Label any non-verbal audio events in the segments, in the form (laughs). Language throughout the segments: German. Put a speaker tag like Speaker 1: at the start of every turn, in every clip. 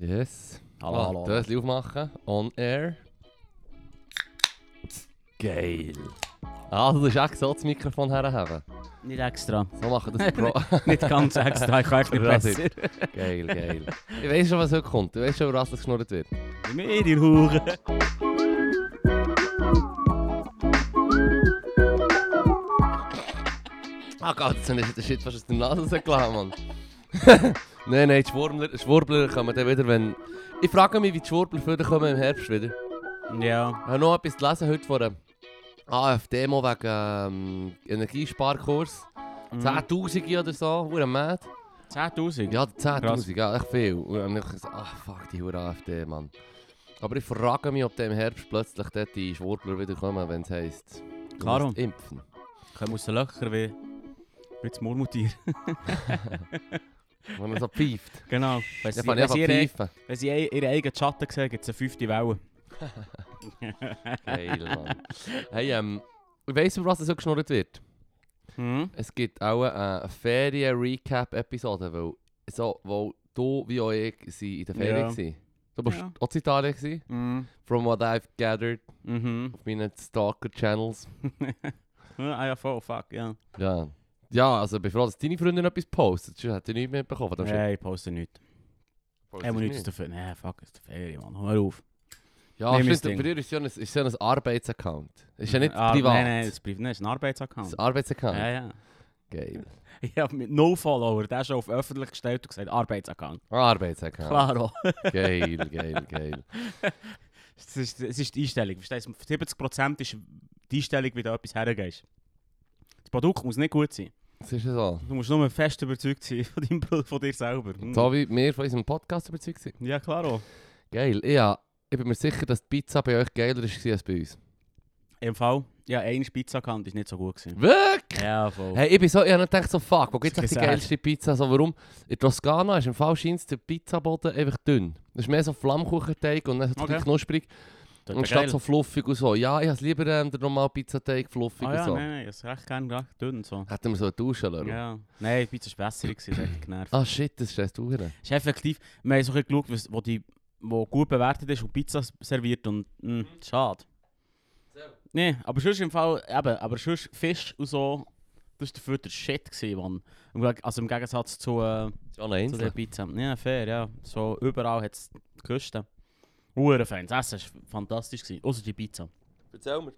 Speaker 1: Yes.
Speaker 2: Hallo, hallo.
Speaker 1: Döschen aufmachen. On air.
Speaker 2: Geil.
Speaker 1: Also, das ist Ah, echt so das Mikrofon herhaben.
Speaker 2: Nicht extra. (laughs)
Speaker 1: So machen das die dus Pro. (laughs)
Speaker 2: Nicht ganz extra, ich kann echt nicht
Speaker 1: Das
Speaker 2: besser.
Speaker 1: geil, geil. Ich weiß schon, was heute kommt. Du weißt schon, über was das geschnurrt wird.
Speaker 2: (laughs) Mir die Hure.
Speaker 1: Ah, Gott, dann ist der Shit fast aus der Nase rausgelassen, (laughs) Mann. nein, nein, die Schwurbler, die Schwurbler kommen dann wieder, wenn... Ich frage mich, wie die Schwurbler früher kommen im Herbst wieder.
Speaker 2: Ja.
Speaker 1: Ich habe noch etwas gelesen heute von der AF-Demo wegen ähm, Energiesparkurs.
Speaker 2: Mhm.
Speaker 1: 10'000 oder so, hure mad.
Speaker 2: 10.000?
Speaker 1: Ja, 10'000, ja, echt viel. Und dann habe ich gesagt, ach ah, fuck, die hure AfD, Mann. Aber ich frage mich, ob dann im Herbst plötzlich dort die Schwurbler wieder kommen, wenn es heisst... du
Speaker 2: Klaro.
Speaker 1: musst Impfen.
Speaker 2: Kommen aus den Löchern wie... Wie das Murmeltier.
Speaker 1: Wenn man so pfeift.
Speaker 2: (laughs) Genau. Wenn
Speaker 1: Dann
Speaker 2: sie,
Speaker 1: fange ich an
Speaker 2: wenn sie,
Speaker 1: zu
Speaker 2: ihre,
Speaker 1: pfeifen.
Speaker 2: wenn sie i- ihre eigenen Schatten sehen, gibt es eine fünfte Welle. (laughs)
Speaker 1: Geil, Mann. Hey, ähm, ich weiss, über was das so geschnurrt wird.
Speaker 2: Hm?
Speaker 1: Es gibt eh, auch eine Ferien-Recap-Episode, weil sowohl du wie auch ich sind in der Ferien
Speaker 2: Ja.
Speaker 1: gewesen. Du warst
Speaker 2: Ja.
Speaker 1: auch in Italien gewesen,
Speaker 2: Mhm.
Speaker 1: from what I've gathered
Speaker 2: Mhm.
Speaker 1: auf meinen Stalker-Channels.
Speaker 2: ah ja, voll, fuck, ja.
Speaker 1: Ja. ja, also ich bin froh, dass deine Freundin etwas postet, sonst hätte ich nichts mehr bekommen. von dem Shit.
Speaker 2: Nein, ich poste nichts. Ich
Speaker 1: Postet
Speaker 2: habe nichts
Speaker 1: nicht.
Speaker 2: dafür. Nein, fuck, es ist die Ferien, Mann. Hör auf.
Speaker 1: Ja,
Speaker 2: Nimm mein
Speaker 1: stimmt,
Speaker 2: Ding.
Speaker 1: bei dir ist ja ein, ist ja ein Arbeitsaccount. Ist ja nicht
Speaker 2: Ah,
Speaker 1: privat.
Speaker 2: Nein, nein, das ist, privat. Nein, das ist ein
Speaker 1: Das
Speaker 2: Arbeitsaccount.
Speaker 1: ist ein Arbeitsaccount.
Speaker 2: Ah, Ja, ja.
Speaker 1: Geil.
Speaker 2: (laughs) Ich habe mit null Follower den schon auf öffentlich gestellt und gesagt, Arbeitsaccount.
Speaker 1: Ein Arbeitsaccount.
Speaker 2: Klaro.
Speaker 1: Geil, geil, geil.
Speaker 2: (laughs) Es ist, es ist die Einstellung, verstehst du? 70% ist die Einstellung, wie du etwas hergehst. Das Produkt muss nicht gut sein.
Speaker 1: Das ist ja so.
Speaker 2: Du musst nur fest überzeugt sein von, deinem, Pro- von dir selber. Hm.
Speaker 1: So wie wir von unserem Podcast überzeugt sind.
Speaker 2: Ja, klaro.
Speaker 1: Geil. Ja, ich bin mir sicher, dass die Pizza bei euch geiler war als bei uns.
Speaker 2: Im Fall, ja, eine Pizza kann, ist nicht so gut gewesen.
Speaker 1: Wirklich?
Speaker 2: Ja, voll.
Speaker 1: Hey, ich bin so, ich habe gedacht, so fuck, wo gibt
Speaker 2: Das
Speaker 1: es die
Speaker 2: gesagt.
Speaker 1: geilste Pizza? So, warum? In Toskana ist im Fall scheint der Pizzaboden einfach dünn. Das ist mehr so Flammkuchenteig und dann so
Speaker 2: Okay.
Speaker 1: okay. knusprig.
Speaker 2: Das
Speaker 1: und
Speaker 2: ist geil.
Speaker 1: statt so fluffig und so. Ja, ich habe lieber ähm, den normalen Pizzateig, fluffig
Speaker 2: ah, ja,
Speaker 1: und so.
Speaker 2: nein, nein, das ist recht gern recht dünn und so.
Speaker 1: Hätten wir so eine Dusche lassen.
Speaker 2: Ja. Nein, die Pizza war besser, gewesen, das hat mich genervt.
Speaker 1: Ah shit, das scheißt du her.
Speaker 2: Es ist effektiv, wir haben so ein bisschen geschaut, was, wo die wo gut bewertet ist und Pizza serviert und mh, schade. Nee, aber sonst im Fall, eben, aber sonst Fisch und so, das war dafür der Shit gewesen, Mann. Im Geg- Also im Gegensatz zu, äh,
Speaker 1: John
Speaker 2: zu der
Speaker 1: Einzel.
Speaker 2: Pizza. Ja, fair, ja. So überall hat es Küsten. Uhren Fans, das Essen war fantastisch, gewesen, außer die Pizza.
Speaker 1: Erzähl mir.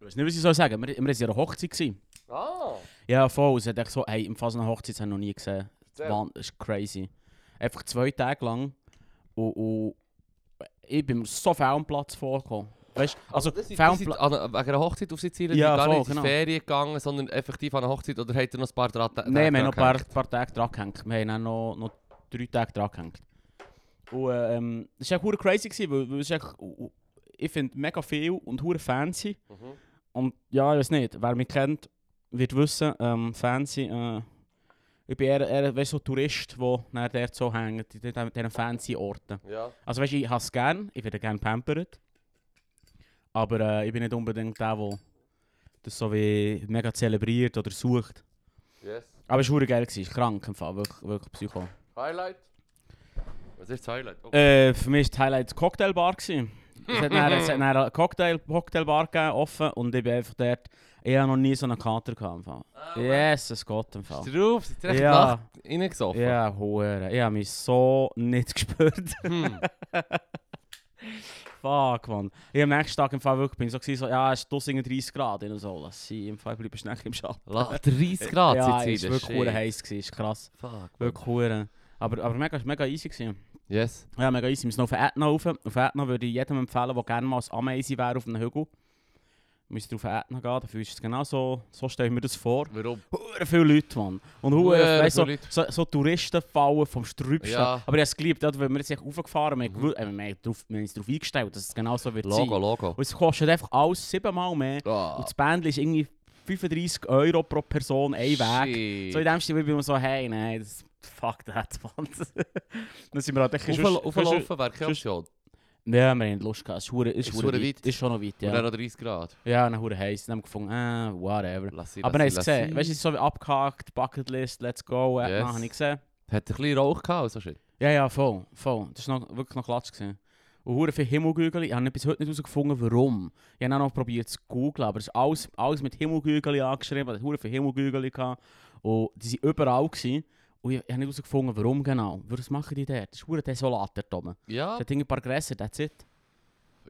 Speaker 2: Ich weiß nicht, was ich soll sagen, wir, wir waren ja einer Hochzeit. Gewesen.
Speaker 1: Ah!
Speaker 2: Ja, voll, es hat echt so, hey, im Fall so eine Hochzeit habe ich noch nie gesehen.
Speaker 1: Ah,
Speaker 2: Mann, das ist crazy. Einfach zwei Tage lang und, und ich bin mir so fehl am Platz vorgekommen. Weißt du, also
Speaker 1: das sind,
Speaker 2: fehl
Speaker 1: die
Speaker 2: am
Speaker 1: sind
Speaker 2: Platz.
Speaker 1: an, wegen einer Hochzeit auf Sizilien
Speaker 2: Ja,
Speaker 1: ja, gar
Speaker 2: voll,
Speaker 1: nicht
Speaker 2: genau.
Speaker 1: in die Ferien gegangen, sondern effektiv an einer Hochzeit oder hat er noch ein paar Dra Tage
Speaker 2: Nein, wir haben noch ein paar,
Speaker 1: gehängt?
Speaker 2: paar Tage dran gehängt. Wir haben dann noch, noch drei Tage dran gehängt. Und äh, ähm, es war echt hure crazy, gewesen, weil, weil es echt, ich finde mega viel und hure fancy.
Speaker 1: Mhm.
Speaker 2: Und ja, ich weiß nicht, wer mich kennt, wird wissen, ähm, fancy, äh, ich bin eher, eher weißt, so ein Tourist, der dann dort so hängt, in diesen- diesen fancy Orten.
Speaker 1: Ja.
Speaker 2: Also weißt du, ich hasse es gern, ich werde gern pampert. Aber äh, ich bin nicht unbedingt der, der das so wie mega zelebriert oder sucht.
Speaker 1: Yes.
Speaker 2: Aber es war verdammt geil, gewesen, ist krank im Fall, wirklich, wirklich Psycho.
Speaker 1: Highlight? Was ist das Highlight? Oh.
Speaker 2: Äh, für mich war das Highlight die Cocktailbar. gewesen. Es hat dann, es hat dann eine Cocktail, Cocktailbar gegeben, offen und ich bin einfach dort. Ich habe noch nie so einen Kater gehabt. Im Fall. yes, es geht im Fall.
Speaker 1: Ist der Ruf? Sind die recht
Speaker 2: Ja.
Speaker 1: Nacht reingesoffen?
Speaker 2: Ja, Hure. Ich habe mich so nicht gespürt.
Speaker 1: Hm.
Speaker 2: (laughs) Fuck, man. Ich am nächsten Tag im Fall wirklich bin ich so, gewesen, so ja, es ist draussen 30 Grad in so. Lass sie im Fall bleiben schnell im Schatten.
Speaker 1: La-
Speaker 2: (laughs)
Speaker 1: 30 Grad
Speaker 2: ja,
Speaker 1: sind
Speaker 2: es
Speaker 1: sie
Speaker 2: war
Speaker 1: das
Speaker 2: wirklich hure
Speaker 1: Shit.
Speaker 2: heiß, gewesen, ist krass.
Speaker 1: Fuck.
Speaker 2: Wirklich hure. Aber, aber ah, mega, mega easy gewesen.
Speaker 1: Yes.
Speaker 2: Ja, mega easy. Wir sind auf Ätna rauf. Auf Ätna würde ich jedem empfehlen, der gerne mal als Ameise wäre auf einem Hügel. Müsst ihr auf Ätna gehen, dafür ist es genau so, so stelle ich mir das vor.
Speaker 1: Warum?
Speaker 2: Hure viele Leute, Mann. Und hure,
Speaker 1: Hure
Speaker 2: weißt, so,
Speaker 1: viele Leute.
Speaker 2: so, so Touristen fallen vom Strübsten.
Speaker 1: Ja.
Speaker 2: Aber ich habe es geliebt, ja, wenn wir jetzt echt raufgefahren haben, wir haben drauf- wir haben uns darauf eingestellt, dass es genau so wird
Speaker 1: Logo,
Speaker 2: sein.
Speaker 1: Logo.
Speaker 2: Und es kostet einfach alles siebenmal mehr. Und
Speaker 1: Ah,
Speaker 2: das Bändchen ist irgendwie 35 Euro pro Person, ein Weg.
Speaker 1: shit.
Speaker 2: So in dem Stil bin ich immer so, hey, nein, das, Dus fuck that, (laughs) Mann. Dann sind wir halt echt...
Speaker 1: Aufla- Auflaufen wäre keine
Speaker 2: sonst-
Speaker 1: Option.
Speaker 2: Ja, wir haben Lust gehabt. Es ist hure- ist
Speaker 1: Ist
Speaker 2: hure
Speaker 1: hure
Speaker 2: weit.
Speaker 1: weit.
Speaker 2: Ist schon noch weit,
Speaker 1: Ja. Und dann
Speaker 2: ja.
Speaker 1: noch 30 Grad.
Speaker 2: Ja, und dann hure heiß. Dann haben wir gefunden, äh, whatever.
Speaker 1: Lass sie,
Speaker 2: Aber
Speaker 1: lass
Speaker 2: nein,
Speaker 1: sie,
Speaker 2: ich
Speaker 1: lass
Speaker 2: gesehen.
Speaker 1: sie.
Speaker 2: Weißt du, es ist so wie abgehakt, Bucketlist, let's go.
Speaker 1: Yes.
Speaker 2: Äh, yes. habe ich gesehen.
Speaker 1: Hat ein bisschen Rauch gehabt und so shit.
Speaker 2: Ja, ja, voll, voll. Das war noch, wirklich noch klatsch. Gewesen. Und hure viel Himmelgügel. Ich habe bis heute nicht herausgefunden, warum. Ich habe auch noch probiert zu googeln, aber es ist alles, alles mit Himmelgügel angeschrieben. Es hure viel Himmelgügel gehabt. Und die waren überall. Gewesen. Und ich, ich habe nicht herausgefunden, warum genau. Was machen die dort? Das ist hure desolat dort oben.
Speaker 1: Ja,
Speaker 2: Da ein paar Gräser, that's it.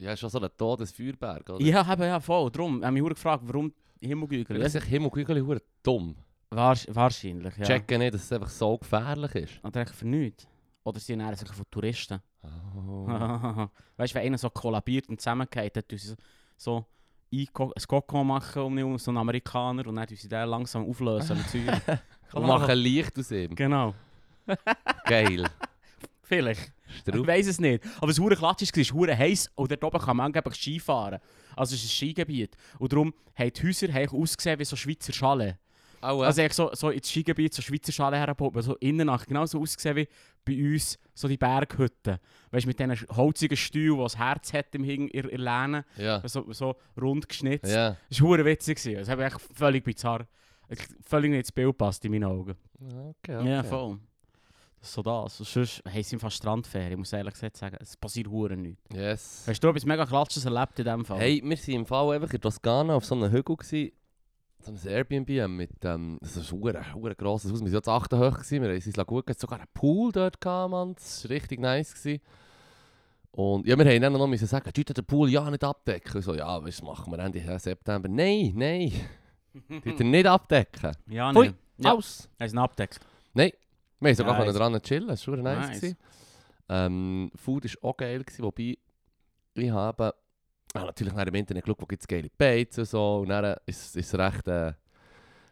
Speaker 1: ja, ist schon so ein totes Feuerberg, oder?
Speaker 2: Ja, eben, ja, voll. Darum habe ich mich hure gefragt, warum Himmelgügel.
Speaker 1: Das ist echt Himmelkügel hure dumm.
Speaker 2: Wahrsch- wahrscheinlich, ja.
Speaker 1: Checken nicht, dass es einfach so gefährlich ist.
Speaker 2: Und eigentlich für nichts. Oder sie ernähren sich von Touristen.
Speaker 1: Oh.
Speaker 2: (laughs) weißt du, wenn einer so kollabiert und zusammengeht, dann tun sie so- so einko- ein Kokon machen um ihn herum, so einen Amerikaner und dann tun sie den langsam auflösen mit Zeug.
Speaker 1: Und machen Licht aus ihm.
Speaker 2: Genau. (laughs)
Speaker 1: Geil.
Speaker 2: Vielleicht. Ich
Speaker 1: Straub.
Speaker 2: weiß es nicht. Aber es war klatsch, es war hure heiß Oh, und dort oben kann man angeblich Ski fahren. Also es ist ein Skigebiet. Und darum haben die Häuser haben ausgesehen wie so Schweizer Schale.
Speaker 1: Aua.
Speaker 2: Also ich so, so ins Skigebiet, so Schweizer Schale hergebaut, man so innen nach genauso ausgesehen wie bei uns so die Berghütten. Weißt du, mit diesen holzigen Stühlen, die das Herz hat im Hing, in, in Lehne,
Speaker 1: ja.
Speaker 2: so, so rund geschnitzt.
Speaker 1: Ja.
Speaker 2: Das war hure witzig. gewesen. Das habe ich echt völlig bizarr, völlig nicht ins Bild passt in meinen Augen.
Speaker 1: Okay,
Speaker 2: Ja,
Speaker 1: okay.
Speaker 2: voll. Das ist so das. Und sonst haben sie im Fall Strandferien, ich muss ehrlich gesagt sagen, es passiert hure nichts.
Speaker 1: Yes.
Speaker 2: Hast du etwas mega Klatsches erlebt in dem Fall?
Speaker 1: Hey, wir waren im Fall einfach in Toskana auf so einem Hügel. Gewesen. So ein Airbnb mit, ähm, das ist ein verdammt- verdammt grosses Haus, wir waren ja zu 8 hoch, gewesen. wir haben es uns gut gegeben, sogar einen Pool dort gehabt, Mann. das war richtig nice. Gewesen. Und ja, wir haben dann noch müssen sagen, die Leute den Pool ja nicht abdecken. Und so, ja, was machen wir Ende September? Nein, nein, die Leute nicht abdecken.
Speaker 2: Ja,
Speaker 1: Pfui.
Speaker 2: nein. Ja.
Speaker 1: Aus!
Speaker 2: Er ist ein Abtext.
Speaker 1: Wir haben sogar
Speaker 2: Nice.
Speaker 1: nice. dran chillen, das war super nice.
Speaker 2: Nice.
Speaker 1: gewesen. Ähm, Food war auch geil, gewesen, wobei ich habe ah, natürlich nach dem Internet geschaut, wo gibt es geile Baits und so. Und dann ist es recht... Äh,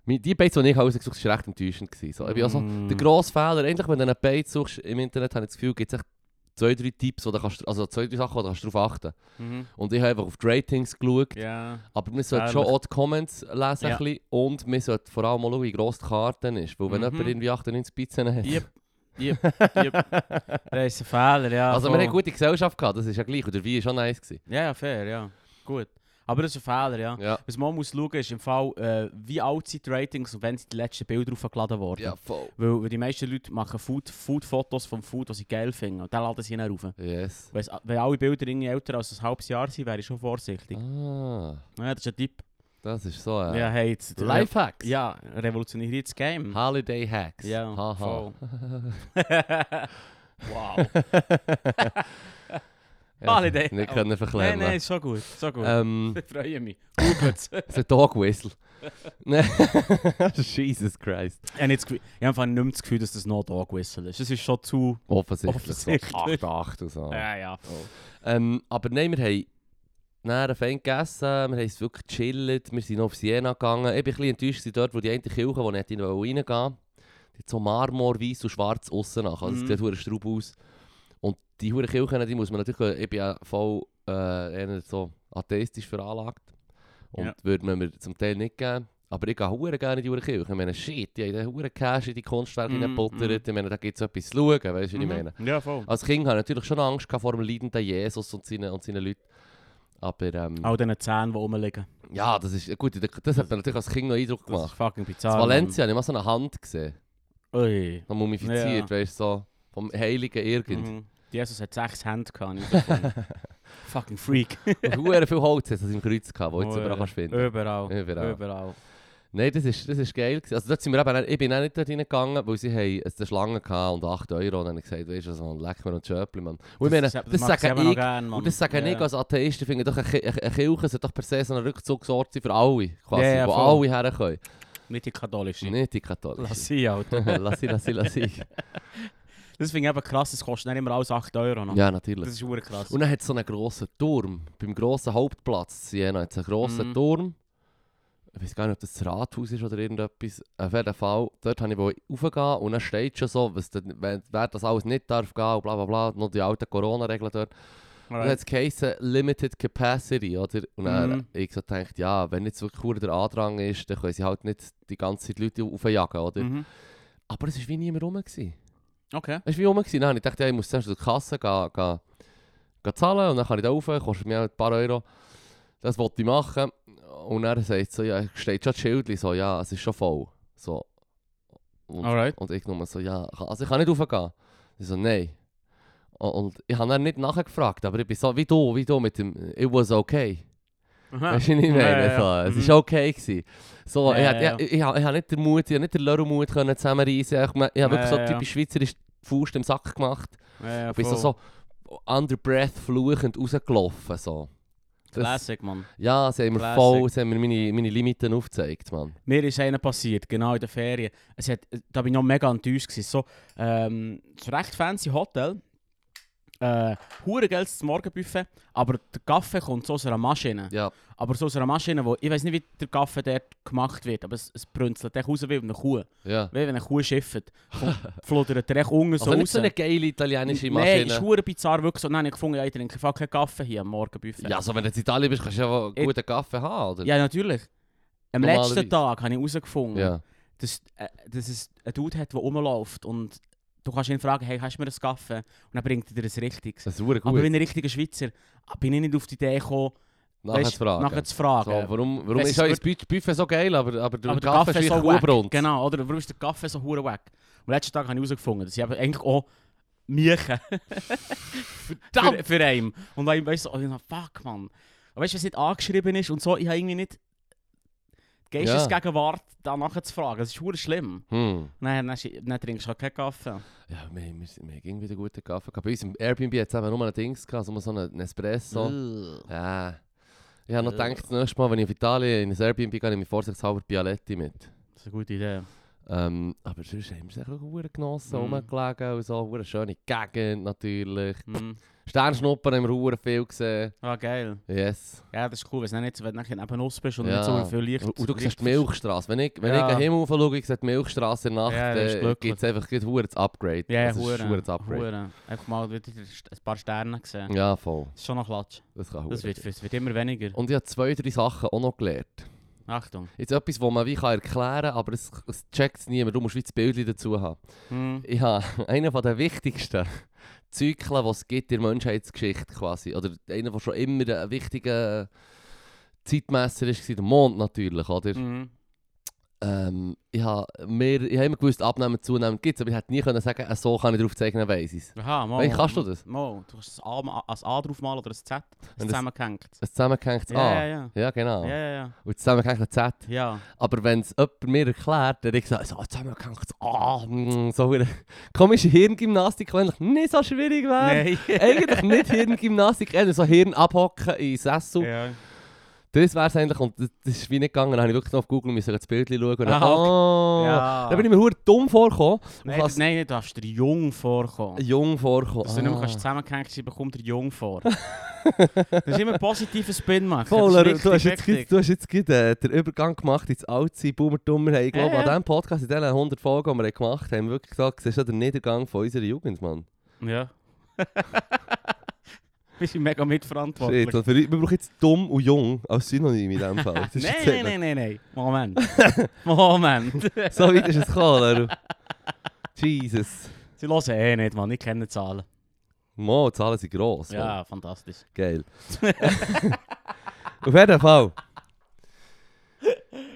Speaker 1: mi- die Baits, die ich rausgesucht habe, waren recht enttäuschend. Gewesen. So, ich bin auch so,
Speaker 2: Mm.
Speaker 1: der grosse Fehler, eigentlich wenn du einen Bait suchst im Internet, habe ich das Gefühl, gibt es echt zwei, drei Tipps, oder kannst, also zwei, drei Sachen, wo du kannst drauf achten
Speaker 2: Mhm.
Speaker 1: Und ich habe einfach auf die Ratings geschaut.
Speaker 2: Ja.
Speaker 1: Aber man sollte
Speaker 2: Ehrlich.
Speaker 1: schon auch die Comments lesen ein
Speaker 2: Ja.
Speaker 1: bisschen. und man sollte vor allem mal schauen, wie gross die Karte ist. Weil wenn
Speaker 2: Mhm.
Speaker 1: jemand irgendwie 98 Pizzen hat...
Speaker 2: Yep. Yep. Yep. das ist ein Fehler, ja.
Speaker 1: Also wir
Speaker 2: voll.
Speaker 1: haben gute Gesellschaft gehabt, das ist ja gleich. Oder wie war schon nice. Gewesen.
Speaker 2: Ja, ja, fair, ja. Gut. Aber das ist ein Fehler, ja.
Speaker 1: Ja.
Speaker 2: Was man muss schauen ist im Fall, äh, wie alt sind die Ratings und wann sind die letzten Bilder aufgeladen worden.
Speaker 1: voll.
Speaker 2: Weil, weil die meisten Leute machen Food- Food-Fotos vom Food, was sie geil finden. Und dann laden sie ihn rauf.
Speaker 1: Yes.
Speaker 2: Wenn's- Wenn alle Bilder irgendwie älter als ein halbes Jahr sind, wäre ich schon vorsichtig.
Speaker 1: Ah,
Speaker 2: Ja, das ist ein Tipp.
Speaker 1: das ist so ein
Speaker 2: Ja, hey, jetzt, äh,
Speaker 1: Lifehacks.
Speaker 2: Ja, revolutioniert das Game.
Speaker 1: Holiday Hacks.
Speaker 2: Ja,
Speaker 1: Haha. (laughs)
Speaker 2: voll. wow.
Speaker 1: Ja,
Speaker 2: Holiday
Speaker 1: Nicht
Speaker 2: Hacks.
Speaker 1: können
Speaker 2: Nein,
Speaker 1: verklemmen.
Speaker 2: nein, ist schon gut. So gut. (laughs)
Speaker 1: Ähm,
Speaker 2: Ich freue mich. Googles.
Speaker 1: das ist ein Dog Whistle. (laughs) Nein. Jesus Christ.
Speaker 2: Ich habe, nicht das Gefühl, ich habe einfach nicht mehr das Gefühl, dass das noch da gewesen ist. Es ist schon zu... äh,
Speaker 1: Offensichtlich. so
Speaker 2: Offensichtlich.
Speaker 1: 8, 8 und so.
Speaker 2: Ja, ja.
Speaker 1: Ähm, aber nein, wir haben nachher einen Fan gegessen, wir haben es wirklich gechillt, wir sind noch auf Siena gegangen. Ich bin ein bisschen enttäuscht gewesen dort, wo die eine Kirche, wo ich nicht reingehen wollte, die hat so Marmor, weiß und schwarz aussen nach. Also
Speaker 2: Mhm.
Speaker 1: es sieht verdammt Straub aus. Und die hure Kirchen, die muss man natürlich, ich bin ja voll äh, eher so atheistisch veranlagt. Und
Speaker 2: Ja.
Speaker 1: würde man mir zum Teil nicht geben. Aber ich gehe hure gerne in die hure Kirche. Ich meine, shit, die haben den hure Cash in die Kunstwerke
Speaker 2: Mhm,
Speaker 1: mm, gebuttert. Ich meine, da gibt es etwas zu schauen, weißt du, was ich meine? Also,
Speaker 2: Ja, voll.
Speaker 1: Als Kind hatte ich natürlich schon Angst gehabt vor dem leidenden Jesus und seinen, und seinen Leuten. Aber ähm,
Speaker 2: All diesen Zähnen, die rumliegen.
Speaker 1: ja, das ist gut, das, das hat mir natürlich als Kind noch Eindruck
Speaker 2: Das ist
Speaker 1: gemacht.
Speaker 2: fucking
Speaker 1: In
Speaker 2: bizarr. Mann.
Speaker 1: Valencia habe ich mal so eine Hand gesehen,
Speaker 2: Ui.
Speaker 1: noch mumifiziert,
Speaker 2: Ja.
Speaker 1: weißt du, so vom Heiligen irgend.
Speaker 2: Mhm. Jesus hat sechs Hände gehabt. nicht
Speaker 1: (laughs)
Speaker 2: davon. fucking Freak.
Speaker 1: Und hure viel Holz hat es im Kreuz gehabt, wo jetzt
Speaker 2: Ui.
Speaker 1: überall kannst finden.
Speaker 2: Überall.
Speaker 1: Überall.
Speaker 2: Überall.
Speaker 1: Nein, das ist, das ist geil. gewesen. Also dort sind wir eben, ich bin auch nicht dort reingegangen, weil sie haben eine Schlange gehabt und 8 Euro. Und dann habe ich gesagt, weißt du, was, Mann, leck mir noch ein Schöpfchen, Mann. Und ich meine, das,
Speaker 2: mag
Speaker 1: sage
Speaker 2: eben noch
Speaker 1: ich,
Speaker 2: gern, Mann.
Speaker 1: Und das sagen
Speaker 2: Ja.
Speaker 1: ich als Atheist, ich finde doch, eine, Ki- eine eine Kirche sollte doch per se so ein Rückzugsort sein für alle, quasi,
Speaker 2: Ja, ja,
Speaker 1: wo
Speaker 2: voll.
Speaker 1: alle her können.
Speaker 2: Nicht die katholische.
Speaker 1: Nicht die Katholiken.
Speaker 2: Lass sie halt.
Speaker 1: (laughs) lass sie, lass sie, lass
Speaker 2: (laughs)
Speaker 1: sie.
Speaker 2: Das finde ich eben krass, es kostet nicht immer alles 8 Euro. Noch.
Speaker 1: Ja, natürlich.
Speaker 2: Das ist hure krass.
Speaker 1: Und dann hat es so einen grossen Turm, beim grossen Hauptplatz Siena hat es einen grossen
Speaker 2: Mhm.
Speaker 1: Turm. Ich weiß gar nicht, ob das das Rathaus ist oder irgendetwas. Auf jeden Fall, dort habe ich wollen raufgehen und dann steht schon so, was, denn- wer wer das alles nicht darf gehen und bla bla bla, noch die alten Corona-Regeln dort. Und dann
Speaker 2: Alright.
Speaker 1: hat es geheißen, Limited Capacity, oder? Und dann
Speaker 2: Mhm.
Speaker 1: ich so gedacht, ja, wenn jetzt wirklich verdammt der Andrang ist, dann können sie halt nicht die ganze Zeit Leute aufjagen, oder?
Speaker 2: Mhm.
Speaker 1: Aber es war wie niemand rum. Gewesen.
Speaker 2: Okay.
Speaker 1: Es war wie rum. Gewesen. Dann habe ich gedacht, ja, ich muss zuerst zur Kasse gehen, gehen, gehen zahlen und dann kann ich da rauf, kostet mir auch ein paar Euro. Das wollte ich machen. Und dann sagt so, ja, steht schon das Schild, so, ja, es ist schon voll. So. Und,
Speaker 2: Alright.
Speaker 1: und ich nur so, ja, kann- also ich kann nicht raufgehen. Sie so, nein. O- Und ich habe dann nicht nachgefragt, aber ich bin so, wie du, wie du mit dem, it was okay. (laughs)
Speaker 2: Aha.
Speaker 1: Weißt du, was ich meine?
Speaker 2: Ah. Ja, ja, ja.
Speaker 1: So, es
Speaker 2: Mhm.
Speaker 1: war okay. Gewesen. So,
Speaker 2: Ja,
Speaker 1: ich,
Speaker 2: ja,
Speaker 1: ich, ich, ich, hab- ich habe nicht den Mut, ich hab nicht den Lörelmut können zusammenreißen. Ich, mein, ich habe wirklich
Speaker 2: Ja,
Speaker 1: so
Speaker 2: ja.
Speaker 1: typisch schweizerisch die Faust im Sack gemacht.
Speaker 2: Ja, ja,
Speaker 1: Ich bin so,
Speaker 2: voll.
Speaker 1: so under breath fluchend rausgelaufen. So. Das,
Speaker 2: Classic, Mann.
Speaker 1: ja, sie haben mir
Speaker 2: Classic.
Speaker 1: voll, sie haben mir meine, meine Limiten aufgezeigt, Mann.
Speaker 2: Mir ist einer passiert, genau in den Ferien. Es hat, da war ich noch mega enttäuscht. Gewesen. So, ähm, so recht fancy Hotel. Äh, hure geiles Morgenbuffet, aber der Kaffee kommt so aus einer Maschine.
Speaker 1: Ja,
Speaker 2: Aber so aus einer Maschine, wo ich weiß nicht, wie der Kaffee dort gemacht wird, aber es, es brünzelt echt raus wie eine Kuh.
Speaker 1: ja.
Speaker 2: Wie wenn eine Kuh schifft,
Speaker 1: (laughs)
Speaker 2: kommt- flodert er echt unten so
Speaker 1: Also nicht
Speaker 2: raus.
Speaker 1: so eine geile italienische
Speaker 2: Nein, ist
Speaker 1: Maschine.
Speaker 2: hure bizarr, wirklich so. Nein, ich gefunden, ja, ich trinke fucking keinen Kaffee hier am Morgenbuffet.
Speaker 1: ja, so wenn du in Italien bist, kannst du ja wohl
Speaker 2: Ich-
Speaker 1: guten Kaffee haben, oder?
Speaker 2: ja, natürlich. Am
Speaker 1: Normalerweise.
Speaker 2: letzten Tag habe ich herausgefunden,
Speaker 1: ja.
Speaker 2: dass, äh, dass es einen Dude hat, der rumläuft und du kannst ihn fragen, hey, hast du mir einen Kaffee? Und dann bringt er dir ein richtiges.
Speaker 1: Das ist verdammt
Speaker 2: Aber wie
Speaker 1: gut.
Speaker 2: ein richtiger Schweizer ah, bin ich nicht auf die Idee gekommen,
Speaker 1: Nachher
Speaker 2: weißt,
Speaker 1: zu fragen.
Speaker 2: nachher zu
Speaker 1: so,
Speaker 2: fragen.
Speaker 1: warum warum
Speaker 2: Weiss
Speaker 1: ist
Speaker 2: es
Speaker 1: euer Bü- Buffet so geil, aber, aber der
Speaker 2: Aber der
Speaker 1: Kaffee,
Speaker 2: Kaffee
Speaker 1: ist
Speaker 2: so
Speaker 1: gleich
Speaker 2: wack.
Speaker 1: Urbrunst?
Speaker 2: Genau, oder? Warum ist der Kaffee so hure weg? Am letzten Tag habe ich herausgefunden, dass ich eben eigentlich auch Miechen (laughs) für, für einen. Und dann weißt du, so, oh, ich dachte, fuck man. Aber weißt du, was nicht angeschrieben ist und so, ich habe irgendwie nicht die
Speaker 1: Ja.
Speaker 2: Geistesgegenwart da nachher zu fragen. Das ist hure schlimm.
Speaker 1: Hm.
Speaker 2: Nein, dann, dann, dann trinkst du halt keinen Kaffee.
Speaker 1: Ja, wir, wir, wir haben irgendwie einen guten Kaffee gehabt. Bei uns im Airbnb hat es eben nur ein Dings gehabt, so so einen Espresso.
Speaker 2: So.
Speaker 1: Ja. Ich habe noch
Speaker 2: Ja.
Speaker 1: gedacht, das nächste Mal, wenn ich auf Italien in ein Airbnb gehe, nehme ich mir vorsichtshalber Bialetti mit.
Speaker 2: Das ist eine gute Idee.
Speaker 1: Ähm, aber sonst haben wir es echt auch verdammt genossen,
Speaker 2: Mhm.
Speaker 1: rumgelegen und so. Eine schöne Gegend natürlich.
Speaker 2: Mhm.
Speaker 1: Sternschnuppen haben wir verdammt viel gesehen.
Speaker 2: Ah, geil.
Speaker 1: Yes.
Speaker 2: Ja, das ist cool, wenn du nicht, wenn du nachher neben uns bist und
Speaker 1: Ja.
Speaker 2: nicht so viel Licht
Speaker 1: Und, und du
Speaker 2: Licht-
Speaker 1: siehst die Milchstraße. Wenn ich, wenn
Speaker 2: Ja.
Speaker 1: ich den Himmel schaue, ich sehe die Milchstraße in der Nacht,
Speaker 2: Ja, das ist
Speaker 1: äh,
Speaker 2: glücklich.
Speaker 1: gibt es einfach gleich ein verdammtes Upgrade.
Speaker 2: Ja, ja,
Speaker 1: das ist ein
Speaker 2: hure,
Speaker 1: verdammtes Upgrade.
Speaker 2: hure. Einfach mal wieder ein paar Sterne gesehen.
Speaker 1: Ja, voll.
Speaker 2: Das ist schon noch Klatsch.
Speaker 1: Das kann
Speaker 2: Das
Speaker 1: verdammt
Speaker 2: wird, das wird immer weniger.
Speaker 1: Und ich habe zwei, drei Sachen auch noch gelernt.
Speaker 2: Achtung.
Speaker 1: Jetzt etwas, das man wie kann erklären kann, aber es, es checkt es niemand. Du musst wie das Bild dazu haben.
Speaker 2: Hm.
Speaker 1: Ich habe (laughs) einen der wichtigsten Zyklen, die es gibt in der Menschheitsgeschichte quasi. Oder einer, der schon immer ein wichtiger Zeitmesser war, der Mond natürlich, oder?
Speaker 2: Mhm.
Speaker 1: Ähm, ich habe mir, ich habe immer gewusst, abnehmen, zunehmen gibt es, aber ich hätte nie können sagen, äh, so kann ich darauf zeichnen, weiss ich es.
Speaker 2: Aha, mal.
Speaker 1: Hey, kannst du das?
Speaker 2: Mal. Du kannst ein A, ma- ein A draufmalen oder ein Z. Das
Speaker 1: Und das-
Speaker 2: zusammengehängt.
Speaker 1: Ein zusammengehängtes
Speaker 2: Ja, ja,
Speaker 1: A.
Speaker 2: ja.
Speaker 1: Ah. Ja, genau.
Speaker 2: Ja, ja, ja.
Speaker 1: Und das zusammengehängte Z.
Speaker 2: Ja.
Speaker 1: Aber wenn es jemand mir erklärt, dann hätte ich gesagt, so, jetzt haben wir gedacht, ah, mm, so eine (laughs) komische Hirngymnastik, die eigentlich nicht so schwierig wäre.
Speaker 2: Nein.
Speaker 1: (laughs) Eigentlich nicht Hirngymnastik, eher so Hirn abhocken dus in Dus Sessel.
Speaker 2: ja.
Speaker 1: Das wäre es eigentlich, und das, das ist wie nicht gegangen, dann habe ich wirklich noch auf Google müssen das Bild schauen und dann,
Speaker 2: Ah,
Speaker 1: ah,
Speaker 2: ja.
Speaker 1: Dann bin ich mir verdammt dumm vorgekommen und
Speaker 2: Nein,
Speaker 1: habe
Speaker 2: nein, du darfst dir jung vorkommen.
Speaker 1: jung vorgekommen.
Speaker 2: Dass du nicht mehr
Speaker 1: Ah.
Speaker 2: kannst zusammengehängt sein, bekommt dir jung vor. (laughs) das ist immer ein positiver Spin machen.
Speaker 1: Voll,
Speaker 2: das ist
Speaker 1: du, hast
Speaker 2: richtig,
Speaker 1: jetzt,
Speaker 2: richtig.
Speaker 1: gerade- du hast jetzt gerade, äh, den Übergang gemacht ins alte Boomer-Dummer. Hey, ich glaube,
Speaker 2: Ja,
Speaker 1: an
Speaker 2: ja.
Speaker 1: diesem Podcast, in diesen 100 Folgen, die wir gemacht haben, haben wir wirklich gesagt, siehst du den Niedergang von unserer Jugend, Mann.
Speaker 2: Ja. (laughs) Wir sind mega mitverantwortlich.
Speaker 1: Shit, und für, wir brauchen jetzt dumm und jung als Synonym in
Speaker 2: (laughs)
Speaker 1: diesem Fall. Das ist
Speaker 2: Nein,
Speaker 1: jetzt
Speaker 2: nein, nein, nein, nein.
Speaker 1: (laughs)
Speaker 2: Moment. Moment. (laughs)
Speaker 1: eben- So weit ist es gekommen, Leru. Jesus.
Speaker 2: Sie hören eh nicht, Mann. Ich kenne die Zahlen.
Speaker 1: Mo, die Zahlen sind gross. Mann.
Speaker 2: Ja, fantastisch.
Speaker 1: Geil. (laughs) Auf jeden Fall.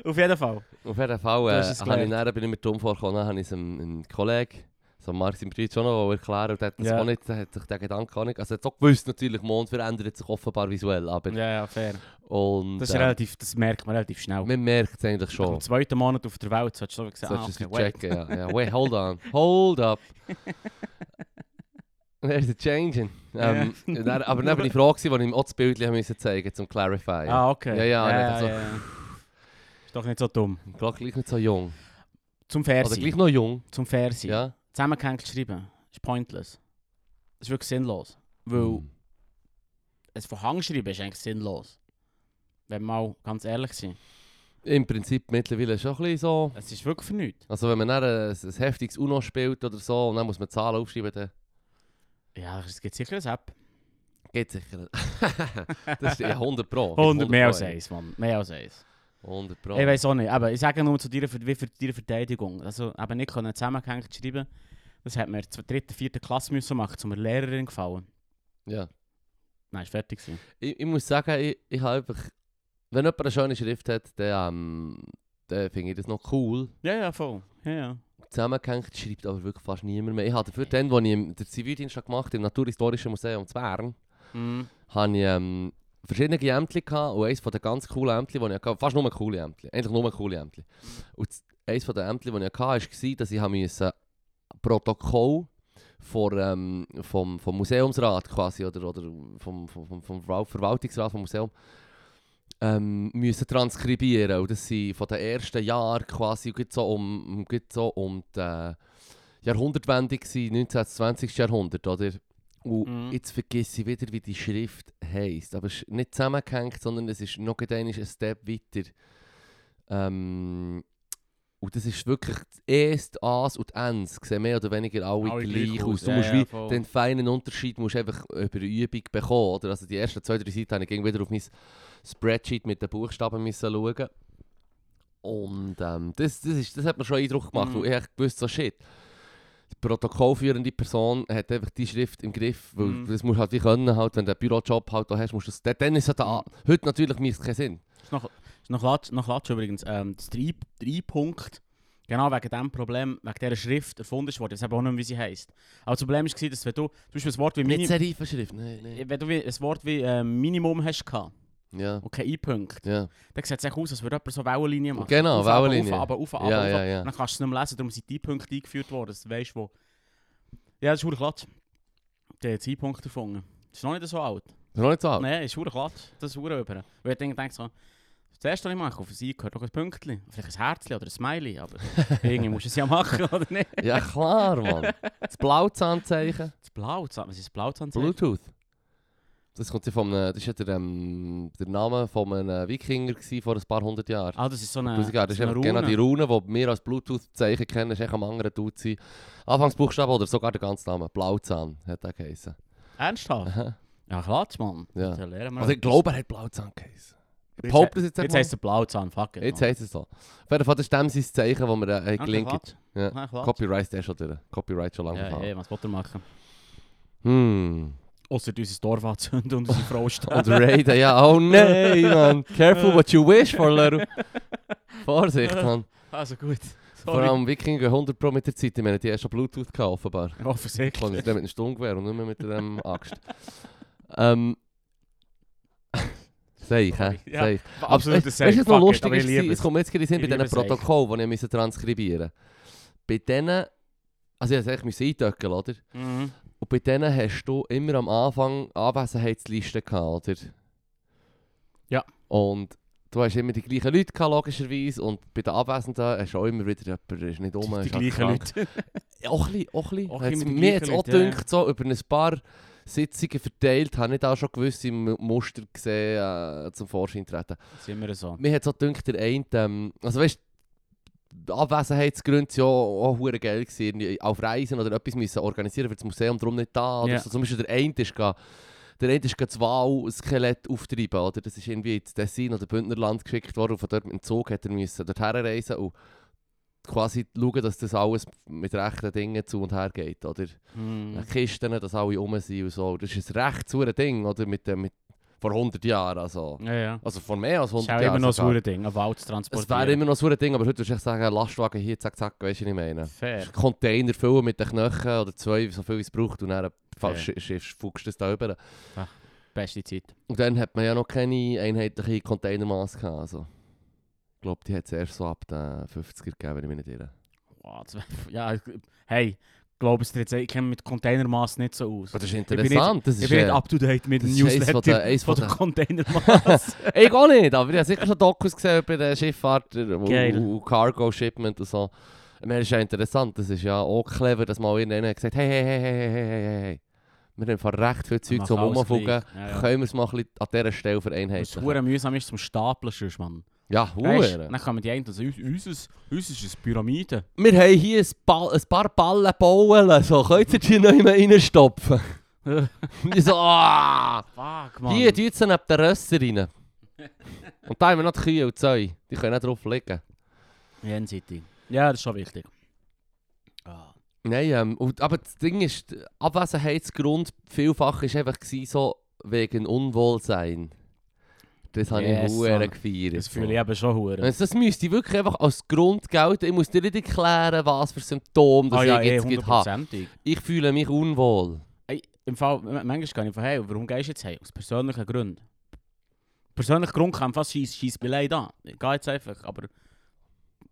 Speaker 2: Auf jeden Fall.
Speaker 1: Auf jeden Fall
Speaker 2: Du hast
Speaker 1: äh,
Speaker 2: es
Speaker 1: habe ich
Speaker 2: gelernt.
Speaker 1: dann, bin ich mir dumm vorgekommen, dann habe ich es einem, einem Kollegen, so Marx im Bridge, schon noch erklären und der hat, das
Speaker 2: Ja.
Speaker 1: auch nicht, der hat sich den Gedanken auch nicht, also er hat auch gewusst natürlich, Mond verändert sich offenbar visuell, aber
Speaker 2: Ja, ja, fair.
Speaker 1: und
Speaker 2: Das, ist
Speaker 1: äh,
Speaker 2: relativ, das merkt man relativ schnell.
Speaker 1: man merkt es eigentlich
Speaker 2: Schon.
Speaker 1: schon.
Speaker 2: Im zweiten Monat auf der Welt solltest du so gesagt, ah,
Speaker 1: Solltest du
Speaker 2: okay,
Speaker 1: es
Speaker 2: wait.
Speaker 1: checken, ja. ja. Wait, hold on. Hold
Speaker 2: (laughs)
Speaker 1: up. There's a changing. Ähm, dann, aber dann bin ich froh, gewesen, als ich ihm auch das Bild haben müssen zeigen musste, um zu clarify.
Speaker 2: Ah, okay.
Speaker 1: Ja, ja,
Speaker 2: ja,
Speaker 1: nicht so-
Speaker 2: ja. Ist doch nicht so dumm.
Speaker 1: Ich glaube, gleich nicht so jung.
Speaker 2: Zum Fair
Speaker 1: Oder
Speaker 2: sein.
Speaker 1: gleich noch jung.
Speaker 2: Zum Fair sein.
Speaker 1: Ja.
Speaker 2: Zusammengehängt schreiben ist pointless. Das ist wirklich sinnlos. Weil es von Hang schreiben ist eigentlich sinnlos. Wenn wir mal ganz ehrlich sind.
Speaker 1: Im Prinzip mittlerweile schon ein bisschen so.
Speaker 2: Es ist wirklich für nichts.
Speaker 1: Also wenn man dann äh, ein, ein heftiges UNO spielt oder so und dann muss man Zahlen aufschreiben, dann
Speaker 2: Ja, es gibt sicher eine App.
Speaker 1: geht sicher. (laughs) das ist ja 100 Pro.
Speaker 2: (laughs) 100 mehr als
Speaker 1: Pro, ey.
Speaker 2: eins, Mann. Mehr als eins.
Speaker 1: 100 Pro.
Speaker 2: Ich weiß auch nicht. Aber ich sage nur zu dir, wie für deine Verteidigung. Also, eben nicht können zusammengehängt schreiben. Das hat mir in der dritten, vierten Klasse müssen machen, um einer Lehrerin gefallen.
Speaker 1: Ja.
Speaker 2: Nein, ist fertig gewesen.
Speaker 1: Ich, ich muss sagen, ich, ich habe einfach... Wenn jemand eine schöne Schrift hat, dann, ähm, dann finde ich das noch cool.
Speaker 2: Ja, ja, voll. Ja, ja.
Speaker 1: zusammengehängt, schreibt aber wirklich fast niemand mehr. Ich habe dafür dann, als ich im- den Zivildienst habe gemacht habe, im Naturhistorischen Museum zu Bern,
Speaker 2: Mhm.
Speaker 1: hatte ich ähm, verschiedene Ämter gehabt und eines von den ganz coolen Ämter, die ich hatte, fast nur coole Ämter, eigentlich nur coole Ämter. Und das- eines von den Ämter, die ich hatte, war, dass ich habe müssen Protokoll vor, ähm, vom, vom Museumsrat quasi oder, oder vom, vom, vom, vom Verwal- Verwaltungsrat vom Museum ähm, müssen transkribieren und das sind von den ersten Jahren quasi und geht so um, um- geht so um die äh, Jahrhundertwende gsi 19. 20. Jahrhundert oder und
Speaker 2: Mhm.
Speaker 1: jetzt vergesse ich wieder wie die Schrift heisst aber es ist nicht zusammengehängt sondern es ist noch gerade einmal ein Step weiter ähm, und das ist wirklich das erste As und Ends sehen mehr oder weniger alle,
Speaker 2: Alle
Speaker 1: gleich,
Speaker 2: gleich
Speaker 1: aus
Speaker 2: aus,
Speaker 1: du
Speaker 2: ja,
Speaker 1: musst
Speaker 2: ja,
Speaker 1: wie
Speaker 2: voll.
Speaker 1: den feinen Unterschied musst du einfach über Übung bekommen oder also die ersten zwei drei Seiten habe ich ging wieder auf mein Spreadsheet mit den Buchstaben müssen schauen. Und ähm, das, das, ist, das hat mir schon Eindruck gemacht,
Speaker 2: Mhm.
Speaker 1: weil ich echt gewusst so shit. Die protokollführende Person hat einfach die Schrift im Griff, weil
Speaker 2: Mhm.
Speaker 1: das musst du halt wie können, halt, wenn du einen Bürojob halt auch hast, musst du das, dann ist es da.
Speaker 2: Mhm.
Speaker 1: Heute natürlich macht es keinen Sinn.
Speaker 2: Ist noch, ist noch, Latsch, noch Latsch übrigens. Ähm, das drei, drei Punkt, genau wegen diesem Problem, wegen dieser Schrift erfunden ist worden. Ich weiß eben auch nicht mehr, wie sie heisst. Aber das Problem war, dass wenn du zum Beispiel ein Wort wie,
Speaker 1: Nicht
Speaker 2: Mini
Speaker 1: Serifenschrift, nein, nein.
Speaker 2: wenn du wie, ein Wort wie äh, Minimum hast gehabt
Speaker 1: Ja,
Speaker 2: und kein I-Punkt,
Speaker 1: ja.
Speaker 2: dann sieht es echt aus, als würde jemand so Wellenlinien machen.
Speaker 1: Genau,
Speaker 2: Auf, runter,
Speaker 1: Wellenlinie.
Speaker 2: Auf, aber auf,
Speaker 1: Ja,
Speaker 2: aber
Speaker 1: ja, ja.
Speaker 2: Dann kannst du es nicht mehr lesen, darum sind die Punkte eingeführt worden, dass du weißt, wo... Ja, das ist verdammt Klatsch. Der hat I-Punkt erfunden. Das ist noch nicht so alt.
Speaker 1: Ist noch nicht so alt.
Speaker 2: Nein, ist verdammt Klatsch. Das ist verdammt über. Weil ich denke, denke so, das erste, was ich mache, auf ein I gehört doch ein Pünktchen. Vielleicht ein Herzchen oder ein Smiley,
Speaker 1: (laughs)
Speaker 2: aber irgendwie musst du es ja machen, oder nicht? (laughs)
Speaker 1: Ja klar, Mann. Das Blauzahnzeichen.
Speaker 2: Das Blau, was ist das Blauzahnzeichen?
Speaker 1: Bluetooth. Das kommt ja vom, äh, das ist ja der, ähm, der Name von einem Wikinger gewesen, vor ein paar Dus hundert Jahren.
Speaker 2: Ah, das ist so eine,
Speaker 1: Tausend Jahre. Das ist
Speaker 2: so eine
Speaker 1: einfach genau die
Speaker 2: Rune.
Speaker 1: Rune, die wir als Bluetooth-Zeichen kennen, ist echt am anderen Dude sein. Anfangsbuchstabe oder sogar der ganze Name. Blauzahn hat er geheißen.
Speaker 2: Ernsthaft?
Speaker 1: Aha.
Speaker 2: Ja, Klatsch, Mann.
Speaker 1: Ja.
Speaker 2: Da lernen wir
Speaker 1: Also ich
Speaker 2: etwas.
Speaker 1: glaube, er hat Blauzahn geheißen. Ich
Speaker 2: Jetzt
Speaker 1: behaupte das jetzt
Speaker 2: Jetzt
Speaker 1: einmal.
Speaker 2: heisst es Blauzahn, fuck it.
Speaker 1: Jetzt
Speaker 2: Mann.
Speaker 1: heisst es so. Auf jeden Fall, das ist dem sein Zeichen, das wir äh,
Speaker 2: Ja,
Speaker 1: gelinkt.
Speaker 2: Klatsch.
Speaker 1: Ja.
Speaker 2: Ja, Klatsch.
Speaker 1: Copyright ist der schon durch. Copyright schon lange
Speaker 2: Nou, Ja,
Speaker 1: verfahren.
Speaker 2: hey, was wollt ihr machen?
Speaker 1: Hm.
Speaker 2: Außer unser Dorf anzünden und unsere (laughs)
Speaker 1: (laughs)
Speaker 2: Frau
Speaker 1: Und
Speaker 2: sterben.
Speaker 1: Raiden, ja, oh nein, man. Careful what you wish
Speaker 2: (laughs)
Speaker 1: for, Leru. Vorsicht, man.
Speaker 2: also gut.
Speaker 1: Vor allem Wikinger gehen 100 Pro mit der Zeit. Ich meine, die haben schon Bluetooth gehabt, offenbar. Ich kann
Speaker 2: Offensichtlich.
Speaker 1: jetzt nicht mit einem Sturmgewehr und nicht mehr mit dem ehm, Axt. (laughs) ähm. Sehe ich, hä?
Speaker 2: Ja,
Speaker 1: Sehe ich.
Speaker 2: Absolut,
Speaker 1: es
Speaker 2: das
Speaker 1: ist noch lustig,
Speaker 2: aber ich
Speaker 1: ist, gewesen,
Speaker 2: liebe
Speaker 1: es
Speaker 2: es.
Speaker 1: kommt mir jetzt gerade in den Sinn,
Speaker 2: Ich
Speaker 1: bei
Speaker 2: liebe
Speaker 1: diesen
Speaker 2: es eigentlich.
Speaker 1: Protokollen, die ich musste transkribieren Bei denen, also ich musste eigentlich eindöckeln, oder?
Speaker 2: Mhm.
Speaker 1: Und bei denen hast du immer am Anfang Anwesenheitslisten gehabt, oder?
Speaker 2: Ja.
Speaker 1: Und du hast immer die gleichen Leute gehabt, logischerweise, und bei den Abwesenden hast du auch immer wieder jemanden, der ist nicht um,
Speaker 2: Die
Speaker 1: ist halt
Speaker 2: gleichen
Speaker 1: krank.
Speaker 2: Leute.
Speaker 1: Ja, Auch ein bisschen, auch ein bisschen.
Speaker 2: Auch
Speaker 1: Hat's
Speaker 2: immer die
Speaker 1: mir
Speaker 2: gleichen
Speaker 1: jetzt auch
Speaker 2: Leute, ja.
Speaker 1: gedacht, so über ein paar Sitzungen verteilt, habe ich auch schon gewisse M- Muster gesehen, äh, zum Vorschein treten.
Speaker 2: Das ist immer so.
Speaker 1: Mir hat es auch gedacht, der eine, ähm, also weißt du, Abwesenheitsgründe waren ja auch hure geil. Gewesen. Irgendwie Auf Reisen oder etwas müssen organisieren für das Museum, darum nicht da. Oder
Speaker 2: Ja.
Speaker 1: so. Zum Beispiel der eine ist gegangen- der eine ist gegangen das Wahl-Skelett auftreiben. Oder? Das ist irgendwie ins Tessin oder Bündnerland geschickt worden und von dort mit dem Zug hat er müssen dorthin reisen und quasi schauen, dass das alles mit rechten Dingen zu und her geht. Oder? Hm.
Speaker 2: Mhm.
Speaker 1: Kisten, dass alle rum sind und so. Das ist ein recht sauer Ding oder? Mit, dem- mit, vor 100 Jahren. Also.
Speaker 2: Ja, ja.
Speaker 1: also vor mehr als
Speaker 2: Das Mhm. ist
Speaker 1: 100
Speaker 2: auch
Speaker 1: Jahren.
Speaker 2: immer noch so
Speaker 1: sogar.
Speaker 2: ein Ding, ein Wald zu
Speaker 1: also Es wäre
Speaker 2: transportieren.
Speaker 1: immer noch so ein Ding, aber heute würde ich sagen, Lastwagen hier, zack, zack, weißt du, was ich meine?
Speaker 2: Fair.
Speaker 1: Container füllen mit den Knochen oder zwei, so viel es braucht und dann
Speaker 2: Fair.
Speaker 1: sch- schiffst- fuchst du es da rüber.
Speaker 2: Beste Zeit.
Speaker 1: Und dann hat man ja noch keine einheitliche Containermasse gehabt. Also. Ich glaube, die hat es erst so ab den 50er gegeben, wenn ich mich nicht irre.
Speaker 2: Wow, das wär- ja, ich- hey, glaub es dir jetzt, ich kenne mit Containermaß nicht so aus.
Speaker 1: Aber das ist
Speaker 2: bin
Speaker 1: interessant. Das
Speaker 2: Ich
Speaker 1: ist,
Speaker 2: bin
Speaker 1: äh,
Speaker 2: nicht up to date mit
Speaker 1: das
Speaker 2: dem
Speaker 1: ist eins von der-
Speaker 2: Newsletter
Speaker 1: eins von
Speaker 2: (laughs) von der
Speaker 1: der- (laughs)
Speaker 2: Containermaß.
Speaker 1: ich auch nicht, aber ich habe sicher schon Dokus gesehen über den Schifffahrt äh, und,
Speaker 2: Geil.
Speaker 1: und Cargo Shipment und so. Ich meine, das ist ja interessant. Das ist ja auch clever, dass mal irgendjemand gesagt hat, hey, hey, hey, hey, hey, hey, hey, hey. Wir haben im Fall recht viel Zeug
Speaker 2: Mach
Speaker 1: zum
Speaker 2: alles
Speaker 1: Rumfugen.
Speaker 2: gleich. Ja, ja.
Speaker 1: Können wir es mal ein bisschen an dieser Stelle
Speaker 2: Was
Speaker 1: vereinheitlichen?
Speaker 2: hure mühsam ist zum Stapeln, sonst, Mann.
Speaker 1: Ja,
Speaker 2: Weißt,
Speaker 1: hure.
Speaker 2: dann kann man die einen, also, uns, uns, uns ist eine Pyramide.
Speaker 1: Wir haben hier ein, Ball, ein paar Ballen bauen, so könnt ihr die noch immer
Speaker 2: (laughs)
Speaker 1: reinstopfen. Und ich so, ah,
Speaker 2: Fuck, Mann.
Speaker 1: hier tut sie neben den Rösser rein. Und da haben wir noch die Kühe und Zeu. Die können auch drauf liegen.
Speaker 2: Jensity. Ja, das ist schon wichtig. Ah.
Speaker 1: Nein, ähm, und, aber das Ding ist, der Abwesenheitsgrund vielfach war einfach gewesen, so wegen Unwohlsein. Das habe
Speaker 2: Yes,
Speaker 1: ich hure
Speaker 2: Mann.
Speaker 1: gefeiert.
Speaker 2: Das fühle ich eben schon hure.
Speaker 1: Also das müsste ich wirklich einfach als Grund gelten. Ich muss dir nicht erklären, was für Symptome das ich
Speaker 2: eh,
Speaker 1: jetzt gerade habe.
Speaker 2: hundertprozentig.
Speaker 1: Ich fühle mich unwohl.
Speaker 2: Ey, Im Fall, m- manchmal gehe ich von, hey, warum gehst du jetzt heim? Aus persönlichen Gründen. Persönlichen Grund kann fast scheiss, scheiss Beleid an. Ich gehe jetzt einfach, aber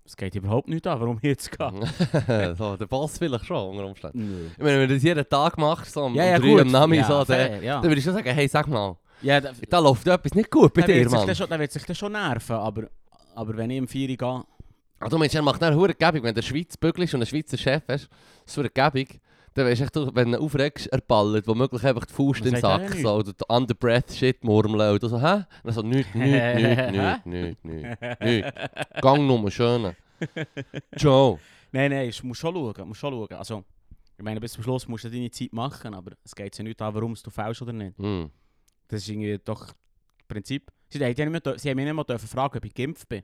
Speaker 2: es geht überhaupt nicht an, warum ich jetzt
Speaker 1: (laughs)
Speaker 2: gehe.
Speaker 1: Mhm. so, der Boss vielleicht schon unter Umständen.
Speaker 2: Nö.
Speaker 1: Ich meine, wenn du das jeden Tag machst, so um
Speaker 2: Ja, ja,
Speaker 1: drei
Speaker 2: gut.
Speaker 1: am äh, Nami,
Speaker 2: ja,
Speaker 1: so, dann,
Speaker 2: fair, ja.
Speaker 1: dann würde ich schon sagen, hey, sag mal,
Speaker 2: ja, da,
Speaker 1: da läuft etwas nicht gut bei
Speaker 2: der
Speaker 1: dir,
Speaker 2: wird sich
Speaker 1: Mann.
Speaker 2: dann schon, der wird sich dann schon nerven, aber, aber wenn ich im Vieri gehe,
Speaker 1: Ah, du meinst, er macht dann hure Gebung, wenn der Schweiz bügelst und ein Schweizer Chef Dus hast, ist hure Gebung. Dann weisst du echt, du, wenn du ihn aufregst, er ballert, womöglich einfach die Faust
Speaker 2: Dann
Speaker 1: in den
Speaker 2: sagt er
Speaker 1: Sack,
Speaker 2: ja
Speaker 1: so, oder die Under-Breath-Shit murmeln, oder so, hä? Und dann so, nüt, nüt, nüt, nüt, nüt, nüt, nüt. Gang nur, schöne. Ciao.
Speaker 2: Nein, nein, du musst schon schauen, musst schon schauen. Also, ich meine, bis zum Schluss musst du deine Zeit machen, aber es geht ja nicht an, warum es du fällst oder nicht.
Speaker 1: Hm.
Speaker 2: Das ist irgendwie doch das Prinzip. Sie, haben ja nicht mehr, dür- sie haben mich nicht mehr dürfen fragen, ob ich geimpft bin.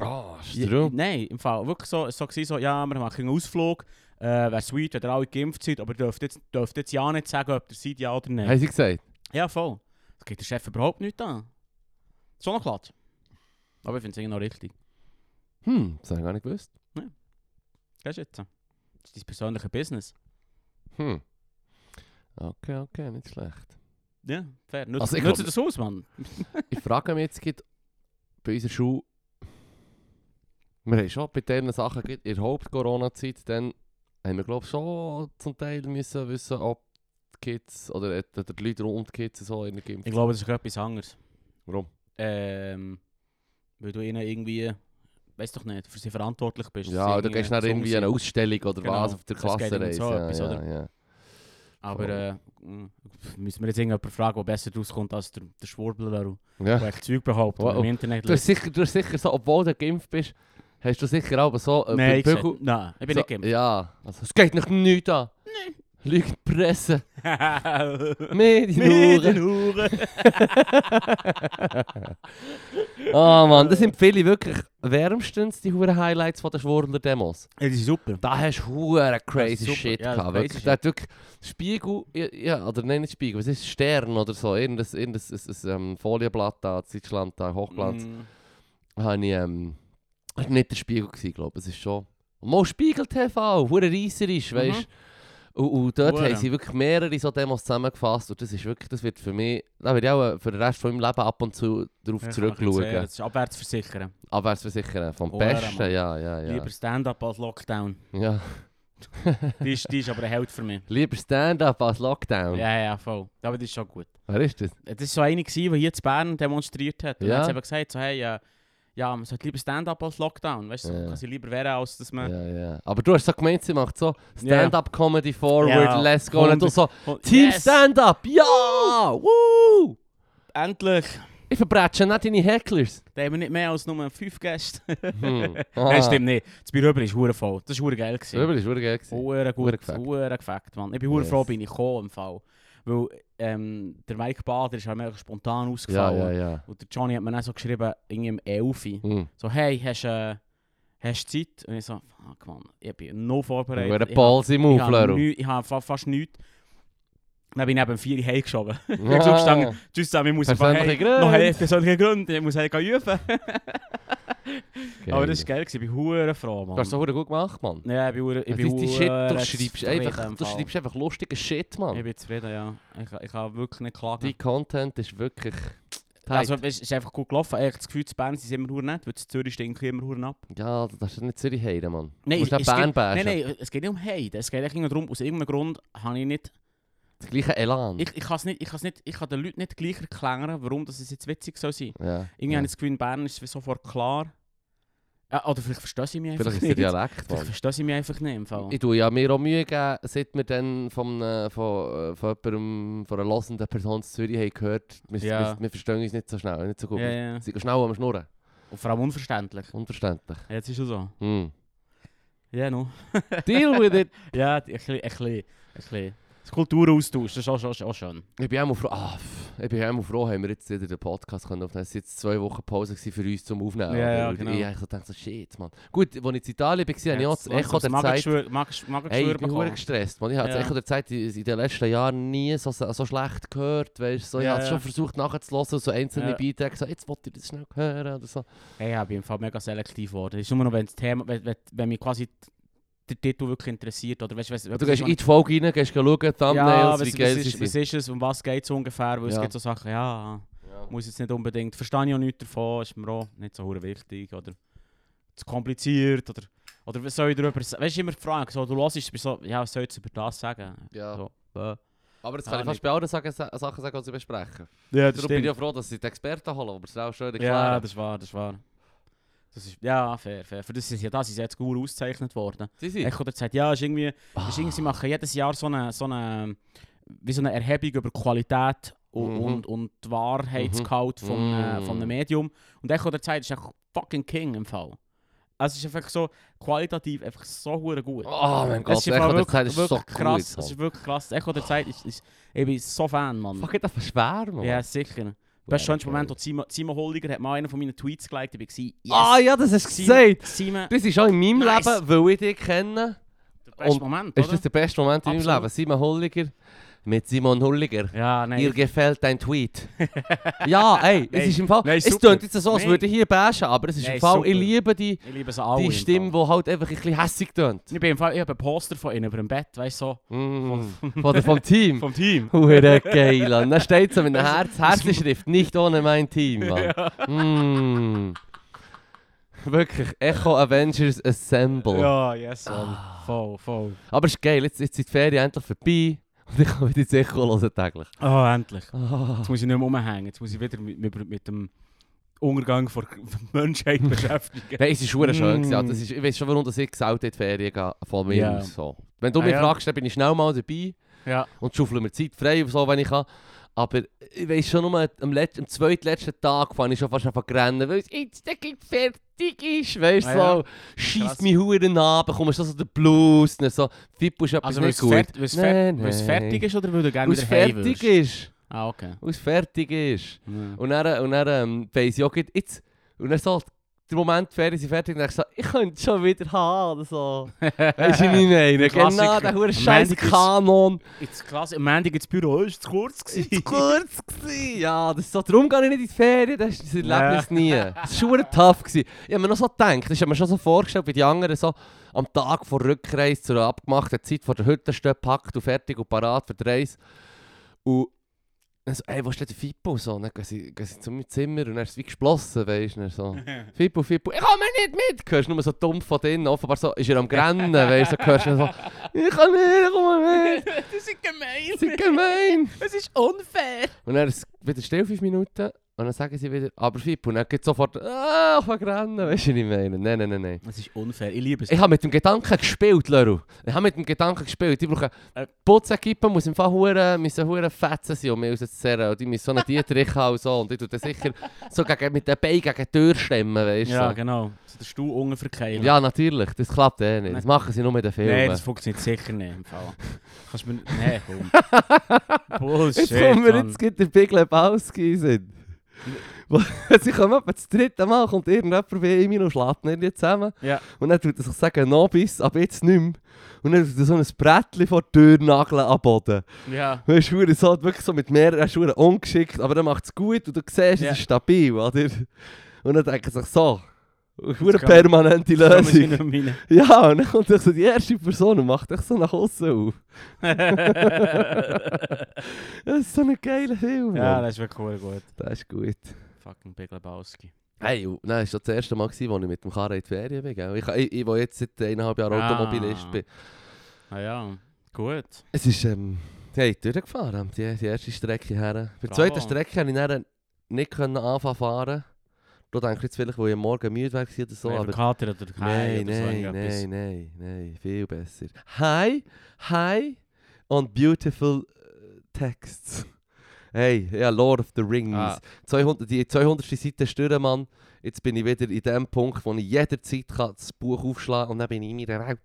Speaker 1: Ah, ist
Speaker 2: Ja,
Speaker 1: true.
Speaker 2: Nein, im Fall wirklich so, es war so, gewesen, so, ja, wir machen einen Ausflug, äh, wäre sweet, wenn ihr alle geimpft seid, aber ihr dürft jetzt, dürft jetzt ja nicht sagen, ob ihr seid, ja oder nein.
Speaker 1: Haben sie gesagt?
Speaker 2: Ja, voll. Das geht der Chef überhaupt nicht an. So noch Klatsch. Aber ich finde es irgendwie noch richtig.
Speaker 1: Hm, das habe ich gar nicht gewusst.
Speaker 2: Gehst du jetzt? Das ist dein persönliches Business.
Speaker 1: Hm. Okay, okay, nicht schlecht.
Speaker 2: Ja, fair. Nutzt,
Speaker 1: Also ich
Speaker 2: nutzt
Speaker 1: glaub-
Speaker 2: das aus, Mann.
Speaker 1: Ich frage mich jetzt, gibt bei unserer Schule. Wir haben schon bei diesen Sachen, gerade in der Haupt-Corona-Zeit, dann haben wir, glaube ich, schon zum Teil müssen wissen, ob die Kids oder, äh, oder die Leute rund die Kids so in der Gimpf.
Speaker 2: Ich glaube, das ist etwas anderes.
Speaker 1: Warum?
Speaker 2: Ähm, weil du ihnen irgendwie, weiß doch nicht, für sie verantwortlich bist.
Speaker 1: Ja,
Speaker 2: Dass sie
Speaker 1: oder gehst du dann
Speaker 2: so
Speaker 1: irgendwie
Speaker 2: sind.
Speaker 1: eine Ausstellung oder
Speaker 2: Genau,
Speaker 1: was auf der
Speaker 2: es geht um
Speaker 1: Klassenreise.
Speaker 2: so
Speaker 1: ja,
Speaker 2: etwas,
Speaker 1: ja,
Speaker 2: oder?
Speaker 1: ja.
Speaker 2: Aber
Speaker 1: Voll.
Speaker 2: äh, mh, pf, müssen wir jetzt irgendjemanden fragen, der besser rauskommt als der, der Schwurbler,
Speaker 1: (laughs)
Speaker 2: der
Speaker 1: Ja.
Speaker 2: der echt Zeug behauptet und
Speaker 1: Wow.
Speaker 2: im Internet
Speaker 1: Du, hast sicher, du hast sicher so, obwohl du geimpft bist, hast du sicher aber so... äh,
Speaker 2: Nein, ich,
Speaker 1: Bügel-
Speaker 2: sag- nein, ich bin
Speaker 1: so,
Speaker 2: nicht geimpft.
Speaker 1: Ja, also es geht nicht nichts an. Nein. Lügt die Presse. (laughs) Medien.
Speaker 2: (laughs) Mit den Huren.
Speaker 1: Ah Mann, das empfehle ich wirklich wärmstens, die huren Highlights von der Schwurbler-Demos.
Speaker 2: (laughs) Ja, die sind super.
Speaker 1: Da hast du huren crazy
Speaker 2: super.
Speaker 1: shit
Speaker 2: Ja,
Speaker 1: gehabt.
Speaker 2: crazy
Speaker 1: Wirklich.
Speaker 2: shit.
Speaker 1: Da hat wirklich Spiegel, ja, ja, oder nein, nicht Spiegel, was ist Stern oder so, irgendein, irgendein ein, ein, ähm, Folienblatt da, in Deutschland da, Hochglanz.
Speaker 2: Mm.
Speaker 1: Habe ich, ähm, das war nicht der Spiegel, gewesen, glaube ich, es ist schon... Und mal Spiegel TV, huren reisserisch, weißt du. Und, und dort
Speaker 2: Mhm. Hure.
Speaker 1: haben sie wirklich mehrere so Demos zusammengefasst und das ist wirklich, das wird für mich, da werde ich auch äh, für den Rest von meinem Leben ab und zu darauf
Speaker 2: Ja, kann man ein bisschen sehen.
Speaker 1: zurückschauen.
Speaker 2: Das ist abwärtsversichern.
Speaker 1: Abwärtsversichern, äh, vom
Speaker 2: Oh,
Speaker 1: Besten,
Speaker 2: Mann.
Speaker 1: ja, ja, ja.
Speaker 2: Lieber Stand-up als Lockdown.
Speaker 1: ja.
Speaker 2: Die ist, die ist aber ein Held für mich.
Speaker 1: Lieber Stand-up als Lockdown.
Speaker 2: Ja, ja, voll. Aber das ist schon gut.
Speaker 1: Wer ist das?
Speaker 2: Das war so einer, gewesen, der hier zu Bern demonstriert hat. Und
Speaker 1: Ja.
Speaker 2: ja. hat eben gesagt, so, hey, äh, ja, man sollte lieber Stand-up als Lockdown. Weißt du, so
Speaker 1: Ja.
Speaker 2: kann sie lieber wehren, als dass man.
Speaker 1: Ja, ja. Aber du hast so gemeint, sie macht so
Speaker 2: Ja.
Speaker 1: Stand-up-Comedy forward,
Speaker 2: Ja.
Speaker 1: let's go. Und du so,
Speaker 2: Oh,
Speaker 1: Team
Speaker 2: yes,
Speaker 1: Stand-up, ja! Woo!
Speaker 2: Endlich!
Speaker 1: Ich verbretsche nicht deine
Speaker 2: (laughs)
Speaker 1: Hecklers.
Speaker 2: Da haben wir nicht mehr als nur fünf Gäste.
Speaker 1: Hm.
Speaker 2: Nein, stimmt nicht. Das Büro war hure voll. Das war hure geil. gewesen.
Speaker 1: Übrigens, wurde geil gewesen.
Speaker 2: Hure
Speaker 1: Hure
Speaker 2: gut,
Speaker 1: gefakt.
Speaker 2: hure gefakt, Mann. Ich bin hure
Speaker 1: Yes.
Speaker 2: froh, bin ich gekommen im Fall. Weil ähm, der Mike Bader ist halt mega spontan
Speaker 1: Ja,
Speaker 2: ausgefallen.
Speaker 1: ja, ja.
Speaker 2: Und der Johnny hat mir dann so geschrieben, irgendwie im 11.
Speaker 1: Hm.
Speaker 2: So, hey, hast du äh, hast du Zeit? Und ich so, fuck man, ich bin noch vorbereitet.
Speaker 1: Wurde
Speaker 2: Ich hab-
Speaker 1: Palsy
Speaker 2: ich
Speaker 1: Move,
Speaker 2: hab
Speaker 1: Leru.
Speaker 2: nü- Ich habe fa fast nichts. Dann bin ich eben um 4 Uhr (laughs) heimgeschoben.
Speaker 1: Ah,
Speaker 2: Ich hab gestanden, tschüss zusammen, ich muss einfach
Speaker 1: Persönliche
Speaker 2: heim.
Speaker 1: Gründe.
Speaker 2: Noch heim, persönliche Gründe, ich muss heim gehen üben. Aber das war geil, gewesen, ich bin hure froh,
Speaker 1: Du
Speaker 2: Mann.
Speaker 1: hast es so verdammt gut gemacht, Mann.
Speaker 2: Ja, ich bin hure- ich
Speaker 1: Die
Speaker 2: bin äh,
Speaker 1: die Shit,
Speaker 2: hure
Speaker 1: du schreibst
Speaker 2: zufrieden
Speaker 1: einfach,
Speaker 2: im
Speaker 1: du
Speaker 2: Fall.
Speaker 1: schreibst einfach lustigen Shit,
Speaker 2: Ich
Speaker 1: Mann.
Speaker 2: bin zufrieden, ja. Ich, ich kann wirklich nicht klagen.
Speaker 1: Dein Content ist wirklich...
Speaker 2: also, es ist einfach gut gelaufen. Ich habe das Gefühl, die Bern sind immer hure nett, weil in Zürich stinken immer hure ab.
Speaker 1: Ja, also das ist nicht Zürich heilen, Mann. du
Speaker 2: Nein,
Speaker 1: musst nicht
Speaker 2: es
Speaker 1: Bern
Speaker 2: gibt-
Speaker 1: bashen.
Speaker 2: Nein, nein, es geht nicht um Hate. Es geht eigentlich darum, aus irgendeinem Grund habe ich nicht...
Speaker 1: Das gleiche Elan.
Speaker 2: Ich, ich kann es nicht, ich kann es nicht, ich kann den Leuten nicht gleich erklären, warum das es jetzt witzig soll sein.
Speaker 1: ja.
Speaker 2: Irgendwie
Speaker 1: ja.
Speaker 2: habe ich das Gefühl, in Bern ist es wie sofort klar. Ja, oder vielleicht verstehen sie mich einfach
Speaker 1: Vielleicht ist der
Speaker 2: nicht.
Speaker 1: Dialekt,
Speaker 2: vielleicht
Speaker 1: Mann.
Speaker 2: verstehen sie mich einfach nicht im Fall.
Speaker 1: Ich tue ja mir auch Mühe geben, seit wir dann von, äh, von, äh, von jemandem, von einer lassenden Person in Zürich haben gehört, wir,
Speaker 2: Ja.
Speaker 1: wir, wir verstehen uns nicht so schnell, nicht so gut.
Speaker 2: ja, ja.
Speaker 1: Sie gehen schnell am Schnurren.
Speaker 2: Und vor allem unverständlich.
Speaker 1: Unverständlich.
Speaker 2: Ja, Jetzt ist es so.
Speaker 1: Hm.
Speaker 2: Ja, no.
Speaker 1: Deal with it!
Speaker 2: Ja, ein bisschen, ein bisschen, ein bisschen. Das Kulturaustausch, das ist auch, auch, auch schön.
Speaker 1: Ich bin auch mal froh. Ah, pff, Ich bin auch froh, haben wir jetzt wieder den Podcast können aufnehmen. Es war jetzt zwei Wochen Pause gewesen für uns zum Aufnehmen.
Speaker 2: Ja, ja,
Speaker 1: Weil
Speaker 2: genau.
Speaker 1: Ich habe gedacht, so, shit, Mann. Gut, als ich in Italien war, habe ich auch das Echo der Zeit... Hey, ich bin hure
Speaker 2: Magengeschwür
Speaker 1: gestresst. Man. Ich habe
Speaker 2: Ja.
Speaker 1: das Echo der Zeit in in den letzten Jahren nie so, so schlecht gehört. Weißt, so, ich
Speaker 2: Ja,
Speaker 1: habe es
Speaker 2: ja.
Speaker 1: schon versucht nachzuhören, so einzelne
Speaker 2: Ja.
Speaker 1: Beiträge, so, jetzt wollte ich das schnell hören oder so.
Speaker 2: Hey, ich bin im Fall mega selektiv geworden. Es ist nur noch, wenn das Thema, wenn, wenn, wenn mich quasi der Titel wirklich interessiert. Oder weißt, weißt,
Speaker 1: du gehst in die Folge rein, gehst schauen, Thumbnails,
Speaker 2: ja,
Speaker 1: wie
Speaker 2: was,
Speaker 1: geil
Speaker 2: was
Speaker 1: sie
Speaker 2: ist, was
Speaker 1: sind.
Speaker 2: ist es, um was geht es ungefähr? Weil es
Speaker 1: Ja.
Speaker 2: gibt so Sachen, ja,
Speaker 1: Ja.
Speaker 2: muss jetzt nicht unbedingt, verstehe ich auch nichts davon, ist mir auch nicht so hure wichtig oder zu kompliziert oder, oder was soll ich darüber sagen? Weißt du, immer die Frage, so, du hörst es, bist so, ja, was soll ich jetzt über das sagen?
Speaker 1: Ja.
Speaker 2: So, äh.
Speaker 1: Aber das
Speaker 2: Ah,
Speaker 1: kann ich fast
Speaker 2: nicht.
Speaker 1: bei allen Sachen sa- Sachen sagen, die sie besprechen.
Speaker 2: Ja,
Speaker 1: Darum bin ich ja froh, dass sie die Experten holen, aber es auch schön
Speaker 2: Ja,
Speaker 1: erklären.
Speaker 2: das war, das war. Das ist, Dus ja, fair, fair. dus Für das ist ja das, ist jetzt gut ausgezeichnet worden.
Speaker 1: Sie sind.
Speaker 2: Echo der sagt, ja, ist irgendwie,
Speaker 1: Ah.
Speaker 2: ist irgendwie, sie machen jedes Jahr so eine, so eine, eh, ehm, wie so eine Erhebung über Qualität und,
Speaker 1: Mhm.
Speaker 2: und, und die Wahrheitsgehalt
Speaker 1: Mhm.
Speaker 2: von, äh, von einem
Speaker 1: Mm.
Speaker 2: Medium. Und Echo der Zeit ist echt fucking King im Fall. Es ist einfach so qualitativ einfach so hure gut.
Speaker 1: Oh mein Gott,
Speaker 2: es im Fall
Speaker 1: Echo der Zeit ist so
Speaker 2: krass.
Speaker 1: gut,
Speaker 2: es
Speaker 1: Mann.
Speaker 2: ist wirklich krass. Echo der Zeit ist, ist ich bin so Fan, Mann.
Speaker 1: Fuck, ich darf schwer, Mann.
Speaker 2: Ja, sicher. Der schönste Moment, wo Simon Simon Holliger hat mal einen von meinen Tweets geliked hat, war yes,
Speaker 1: Ah ja, das hast du
Speaker 2: Simon,
Speaker 1: gesagt.
Speaker 2: Simon,
Speaker 1: Das ist auch in meinem
Speaker 2: Nice.
Speaker 1: Leben, weil ich dich kenne,
Speaker 2: der beste
Speaker 1: Und
Speaker 2: Moment,
Speaker 1: ist
Speaker 2: oder?
Speaker 1: das der beste Moment in meinem
Speaker 2: Absolut.
Speaker 1: Leben. Simon Holliger mit Simon Holliger.
Speaker 2: Ja, nein.
Speaker 1: Ihr gefällt dein
Speaker 2: (laughs)
Speaker 1: Tweet. ja, ey, es
Speaker 2: Nein.
Speaker 1: ist im Fall.
Speaker 2: Nein,
Speaker 1: es
Speaker 2: super.
Speaker 1: klingt jetzt so, als
Speaker 2: Nein.
Speaker 1: würde ich hier bashen, aber es ist
Speaker 2: Nein,
Speaker 1: im Fall. Ich
Speaker 2: super.
Speaker 1: liebe die,
Speaker 2: ich liebe sie alle. im
Speaker 1: die
Speaker 2: Fall.
Speaker 1: Stimme, die halt einfach ein bisschen hässig tönt.
Speaker 2: Ich bin im Fall, ich habe ein Poster von ihnen über dem Bett, weißt du, so.
Speaker 1: Mm. Von der, vom
Speaker 2: (laughs)
Speaker 1: Team.
Speaker 2: Vom Team.
Speaker 1: Hure geil. Und dann steht so mit einer Herz Herzschrift, nicht ohne mein Team. Mann. Mm. Wirklich, Echo Avengers Assemble.
Speaker 2: Ja, yes, Mann.
Speaker 1: Ah.
Speaker 2: Voll, voll.
Speaker 1: Aber es ist geil, jetzt, jetzt sind die Ferien endlich vorbei und ich kann wieder das Echo hören täglich.
Speaker 2: Oh, endlich. Jetzt muss ich nicht mehr rumhängen, jetzt muss ich wieder mit, mit, mit dem Untergang der (laughs)
Speaker 1: (laughs)
Speaker 2: Menschheit beschäftigen.
Speaker 1: Nein, es ist hure schön. gewesen, Ja,
Speaker 2: Mm.
Speaker 1: das ist, ich weiß schon, warum dass ich gesaut in die Ferien gehe, von mir
Speaker 2: Ja.
Speaker 1: aus. So. Wenn du mich
Speaker 2: Ah, ja.
Speaker 1: fragst, dann bin ich schnell mal dabei
Speaker 2: ja.
Speaker 1: und schaufle mir Zeit frei, so, wenn ich kann. Aber ich weiß schon, nur am, letz-, am zweitletzten Tag fange ich schon fast an zu rennen, weil es jetzt wirklich fertig ist. Weißt du,
Speaker 2: Ah, ja.
Speaker 1: so,
Speaker 2: Krass.
Speaker 1: schießt mich hure ab, bekommst du so den Blues, dann so, Fippo ist etwas
Speaker 2: Also, weil es
Speaker 1: nicht gut.
Speaker 2: fert- weil es fer-
Speaker 1: Nein,
Speaker 2: weil es
Speaker 1: nein.
Speaker 2: fertig ist oder weil du gerne
Speaker 1: Weil es
Speaker 2: wieder heim
Speaker 1: fertig
Speaker 2: willst?
Speaker 1: ist.
Speaker 2: Ah, okay.
Speaker 1: Weil es fertig ist.
Speaker 2: Ja.
Speaker 1: Und dann, und dann ähm, weiss ich auch gerade, jetzt, und dann so, der Moment, die Ferien sind fertig, und dann so, ich könnte es schon wieder haben, oder so.
Speaker 2: (laughs)
Speaker 1: Weisst du, wie ich meine? Genau,
Speaker 2: Klassiker.
Speaker 1: der hure
Speaker 2: Am
Speaker 1: scheiß
Speaker 2: Montag ist-
Speaker 1: Kanon.
Speaker 2: Jetzt klasse, am Montag ins Büro, oh, ist zu
Speaker 1: (laughs)
Speaker 2: kurz
Speaker 1: Zu
Speaker 2: (laughs) gewesen.
Speaker 1: kurz gewesen. Ja, das ist so, darum gehe ich nicht in die Ferien, das ist das Erlebnis nie. Es war verdammt tough. Gewesen. Ich habe mir noch so gedacht, das habe mir schon so vorgestellt, wie die anderen so am Tag vor Rückreise zu einer abgemachten Zeit vor der Hütte stehen, packt und fertig und parat für die Reise. Und dann so, ey, wo ist denn der Fippo? So, und dann gehen sie, gehen sie zu meinem Zimmer und er ist es wie gesplossen, weißt du, dann so. Fippo, Fippo, ich komme nicht mit! Du hörst nur so dumpf von denen, offenbar so, ist er am Grennen, weißt du, so, hörst du so, ich kann nicht, ich komme mit,
Speaker 2: Das ist gemein.
Speaker 1: das ist gemein!
Speaker 2: Es ist unfair.
Speaker 1: Und dann ist es wieder still fünf Minuten und dann sagen sie wieder, aber Fipp, und dann geht sofort, ah, ich will rennen, weißt du, was ich meine? Nein, nein, nein, nein.
Speaker 2: Es ist unfair. Ich liebe es.
Speaker 1: Ich habe mit dem Gedanken gespielt, Leru. Ich habe mit dem Gedanken gespielt. Ich brauche
Speaker 2: Äh.
Speaker 1: Putzequipe, muss im Fall hure, müssen hure fetzen sein, um mich rauszuzerren. Und ich muss so einen Dietrich haben und so. Und ich tue dann sicher so gegen, mit den Beinen gegen die Tür stemmen, weißt du.
Speaker 2: ja,
Speaker 1: so.
Speaker 2: genau. So der Stuhl unten verkeilen.
Speaker 1: ja, natürlich, das klappt eh nicht. Das machen sie nur mit den Filmen.
Speaker 2: Nein, das funktioniert sicher nicht. Im Fall. Kannst mir... Nein,
Speaker 1: (laughs)
Speaker 2: komm. Bullshit,
Speaker 1: Jetzt kommen wir
Speaker 2: Mann.
Speaker 1: jetzt gibt der Big Lebowski sind. Sie kommen etwa das dritte Mal, kommt irgendjemand bei ihm hin und schlägt ihn irgendwie zusammen.
Speaker 2: Ja.
Speaker 1: Und dann tut er sich sagen, no bis, aber jetzt nicht mehr. Und dann tut er so ein Brettchen vor die Tür nageln am Boden.
Speaker 2: Ja.
Speaker 1: Weißt du, so, wirklich so mit mehreren Schuhen ungeschickt, aber er macht es gut und du siehst,
Speaker 2: Ja.
Speaker 1: es ist stabil, oder? Und dann denken sie sich so, eine
Speaker 2: kann man-
Speaker 1: permanente
Speaker 2: Das ist
Speaker 1: Lösung.
Speaker 2: nicht meine.
Speaker 1: Ja, und dann kommt sich so die erste Person und macht dich so nach außen
Speaker 2: (laughs)
Speaker 1: auf. (laughs) Das ist so ein geiler Film.
Speaker 2: ja,
Speaker 1: Mann.
Speaker 2: das ist wirklich cool, gut.
Speaker 1: Das ist gut.
Speaker 2: Fucking Big Lebowski.
Speaker 1: Hey, und nein, das war das erste Mal, als ich mit dem Karren in die Ferien bin. gell? Ich, ich, ich wo jetzt seit eineinhalb Jahren
Speaker 2: Ah.
Speaker 1: Automobilist bin.
Speaker 2: Ah ja, gut.
Speaker 1: Es ist, ähm, hey, durchgefahren, die, die erste Strecke her. Bei der
Speaker 2: Bravo.
Speaker 1: zweiten Strecke konnte ich dann nicht können anfangen zu fahren. Du denkst jetzt vielleicht, weil ich am Morgen müde war oder so,
Speaker 2: So,
Speaker 1: aber...
Speaker 2: Kater oder Hai
Speaker 1: Nein,
Speaker 2: oder so
Speaker 1: nein,
Speaker 2: irgendetwas.
Speaker 1: nein, nein, nein, viel besser. Hi, hi und beautiful äh, texts. Hey, ja, Lord of the Rings.
Speaker 2: Ah.
Speaker 1: 200, die 200. Seite stören, Mann. Jetzt bin ich wieder in dem Punkt, wo ich jederzeit kann das Buch aufschlagen kann und dann bin ich in meiner Welt.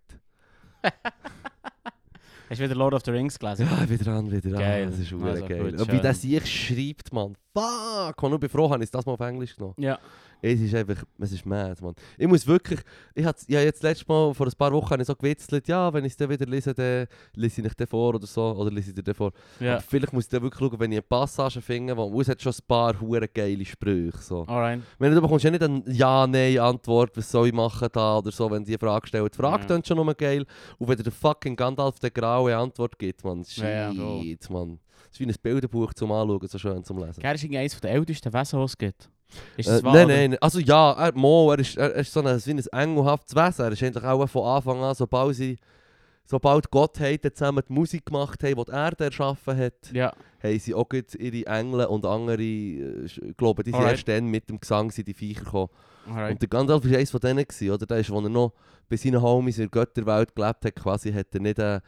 Speaker 2: Hast du wieder Lord of the Rings gelesen?
Speaker 1: Ja, wieder an, wieder an.
Speaker 2: Geil.
Speaker 1: Das ist
Speaker 2: Also,
Speaker 1: also,
Speaker 2: gut,
Speaker 1: geil. Und wie
Speaker 2: schön.
Speaker 1: das sich schreibt, Mann. Fuck! Und ich bin froh, habe ich es das mal auf Englisch genommen.
Speaker 2: Ja.
Speaker 1: Es ist einfach, es ist mad, Mann. Ich muss wirklich, ich habe ja jetzt letztes Mal, vor ein paar Wochen, habe ich so gewitzelt, ja, wenn ich es dann wieder lese, dann lese ich nicht den vor oder so, oder lese ich dir den vor.
Speaker 2: Ja.
Speaker 1: Aber vielleicht muss ich dann wirklich schauen, wenn ich eine Passage finde, wo es hat schon ein paar hure geile Sprüche, so.
Speaker 2: Alright.
Speaker 1: Wenn du bekommst ja nicht eine Ja-Nein-Antwort, was soll ich machen da oder so, wenn die Frage stellt. Die Frage
Speaker 2: Ja.
Speaker 1: klingt schon nur geil. Und wenn dir der fucking Gandalf der graue Antwort gibt, man, shit,
Speaker 2: Ja, ja, voll.
Speaker 1: man. Das ist wie ein Bilderbuch zum Anschauen, so schön zum Lesen.
Speaker 2: Gerd ist irgendwie eines der ältesten Wesen, die es gibt. Ist
Speaker 1: Äh,
Speaker 2: wahr,
Speaker 1: nein,
Speaker 2: oder?
Speaker 1: nein, nein. Also ja, er, Mo, er ist, er, er ist so ein, wie ein engelhaftes Wesen. Er ist eigentlich auch von Anfang an, sobald, sie, sobald Gottheiten zusammen die Musik gemacht haben, die die Erde erschaffen hat,
Speaker 2: Ja.
Speaker 1: haben sie auch gleich ihre Engel und andere, äh, ich glaube, die sind
Speaker 2: Alright.
Speaker 1: erst dann mit dem Gesang sind die Viecher gekommen.
Speaker 2: Alright.
Speaker 1: Und der Gandalf war eines von denen, gewesen, oder? Der ist, als er noch bei seinen Homies in der Götterwelt gelebt hat, quasi, hat er nicht äh,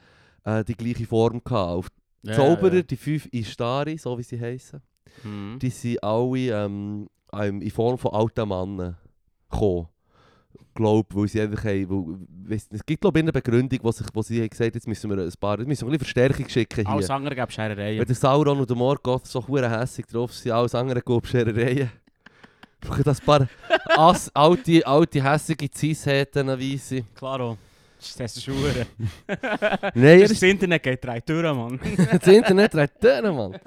Speaker 1: äh, die gleiche Form gehabt. Auf
Speaker 2: Ja,
Speaker 1: Zauberer,
Speaker 2: ja.
Speaker 1: die fünf Istari, so wie sie heißen,
Speaker 2: Mhm.
Speaker 1: die sind alle ähm, ähm, in Form von alten Männern gekommen. Glaub, weil sie einfach haben, weil, weiss, es gibt glaube ich eine Begründung, wo, sich, wo sie haben gesagt jetzt müssen wir ein paar, jetzt müssen wir ein bisschen Verstärkung schicken hier.
Speaker 2: Alles andere gäbe Scherereien.
Speaker 1: Wenn der Sauron und der Morgoth so hure hässig drauf sind, alles andere Gubscherereien. Brauchen das paar ass, alte, alte hässige Zeishäten
Speaker 2: (laughs)
Speaker 1: weise.
Speaker 2: Klaro. Das ist Schuhe.
Speaker 1: Nein,
Speaker 2: Das
Speaker 1: das,
Speaker 2: Internet geht drei Türen, Mann.
Speaker 1: das Internet redet denen, Mann.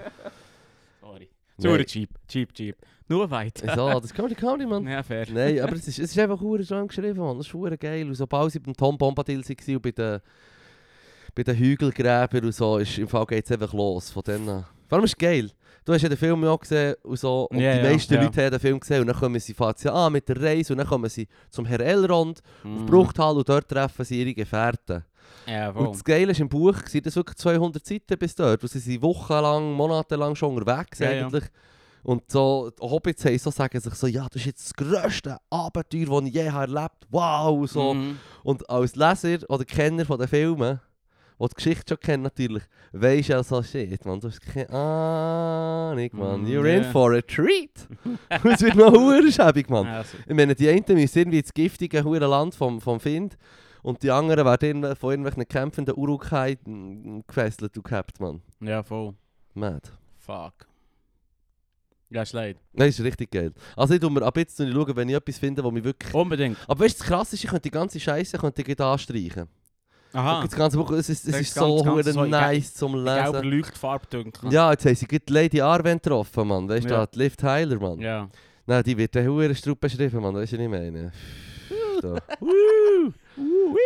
Speaker 2: Sorry. Schuhe
Speaker 1: Nein.
Speaker 2: cheap, cheap, cheap. Nur weit.
Speaker 1: So, das ist Comedy Comedy, Mann.
Speaker 2: Ja, fair.
Speaker 1: Nein, aber es ist, es ist einfach hure schön geschrieben, Mann. Das ist hure geil. Und sobald sie beim Tom Bombadil waren und bei den, bei den Hügelgräbern und so, ist, im Fall geht es einfach los. Von denen. Warum ist es geil? Du hast ja den Film ja auch gesehen und so, und
Speaker 2: Ja,
Speaker 1: die
Speaker 2: ja,
Speaker 1: meisten
Speaker 2: ja.
Speaker 1: Leute haben den Film gesehen und dann kommen sie, fahren sie an mit der Reise und dann kommen sie zum Herr Elrond
Speaker 2: Mhm.
Speaker 1: auf Bruchtal und dort treffen sie ihre Gefährten.
Speaker 2: Hmm. Ja,
Speaker 1: Und
Speaker 2: voll.
Speaker 1: das Geile ist im Buch, waren das wirklich 200 Seiten bis dort, wo sie sind wochenlang, monatelang schon unterwegs
Speaker 2: Ja, ja.
Speaker 1: eigentlich. Und so, die Hobbits haben so, sagen sich so, ja, das ist jetzt das grösste Abenteuer, das ich je habe erlebt wow, so.
Speaker 2: Mhm.
Speaker 1: Und als Leser oder Kenner von den Filmen, die die Geschichte schon kennen natürlich, weisst du ja so, shit, man, du hast keine Ahnung, man,
Speaker 2: Mhm,
Speaker 1: you're
Speaker 2: ja.
Speaker 1: in for a treat. (laughs) Und es wird noch verdammt schäbig, man.
Speaker 2: Ja, so.
Speaker 1: Ich meine, die einen müssen irgendwie ins giftige hure Land vom, vom Find und die anderen werden irgendw- von irgendwelchen kämpfenden Urukai mm, gefesselt und gehabt, Mann.
Speaker 2: Ja, voll.
Speaker 1: Mad.
Speaker 2: Fuck. Ja, ist leid.
Speaker 1: Nein, ist richtig geil. Also ich tu mir ab jetzt noch schauen, wenn ich etwas finde, wo mich wirklich...
Speaker 2: Unbedingt.
Speaker 1: Aber weißt du, das Krasse ist, ich könnte die ganze Scheiße könnte ich gleich anstreichen.
Speaker 2: Aha.
Speaker 1: Das ganze Buch, es ist, es
Speaker 2: Ah. Das
Speaker 1: ist
Speaker 2: ganz,
Speaker 1: so
Speaker 2: ganz
Speaker 1: hure
Speaker 2: so in
Speaker 1: nice zum
Speaker 2: Gelber
Speaker 1: Lesen.
Speaker 2: Leuchtfarbe dunkel.
Speaker 1: Ja, jetzt haben sie gerade die Lady Arwen getroffen, Mann. Weißt du,
Speaker 2: Ja.
Speaker 1: da, die Liv Tyler, Mann.
Speaker 2: Ja.
Speaker 1: Nein, die wird der hure Strupp beschrieben, Mann. Weißt du, was ich meine? Da.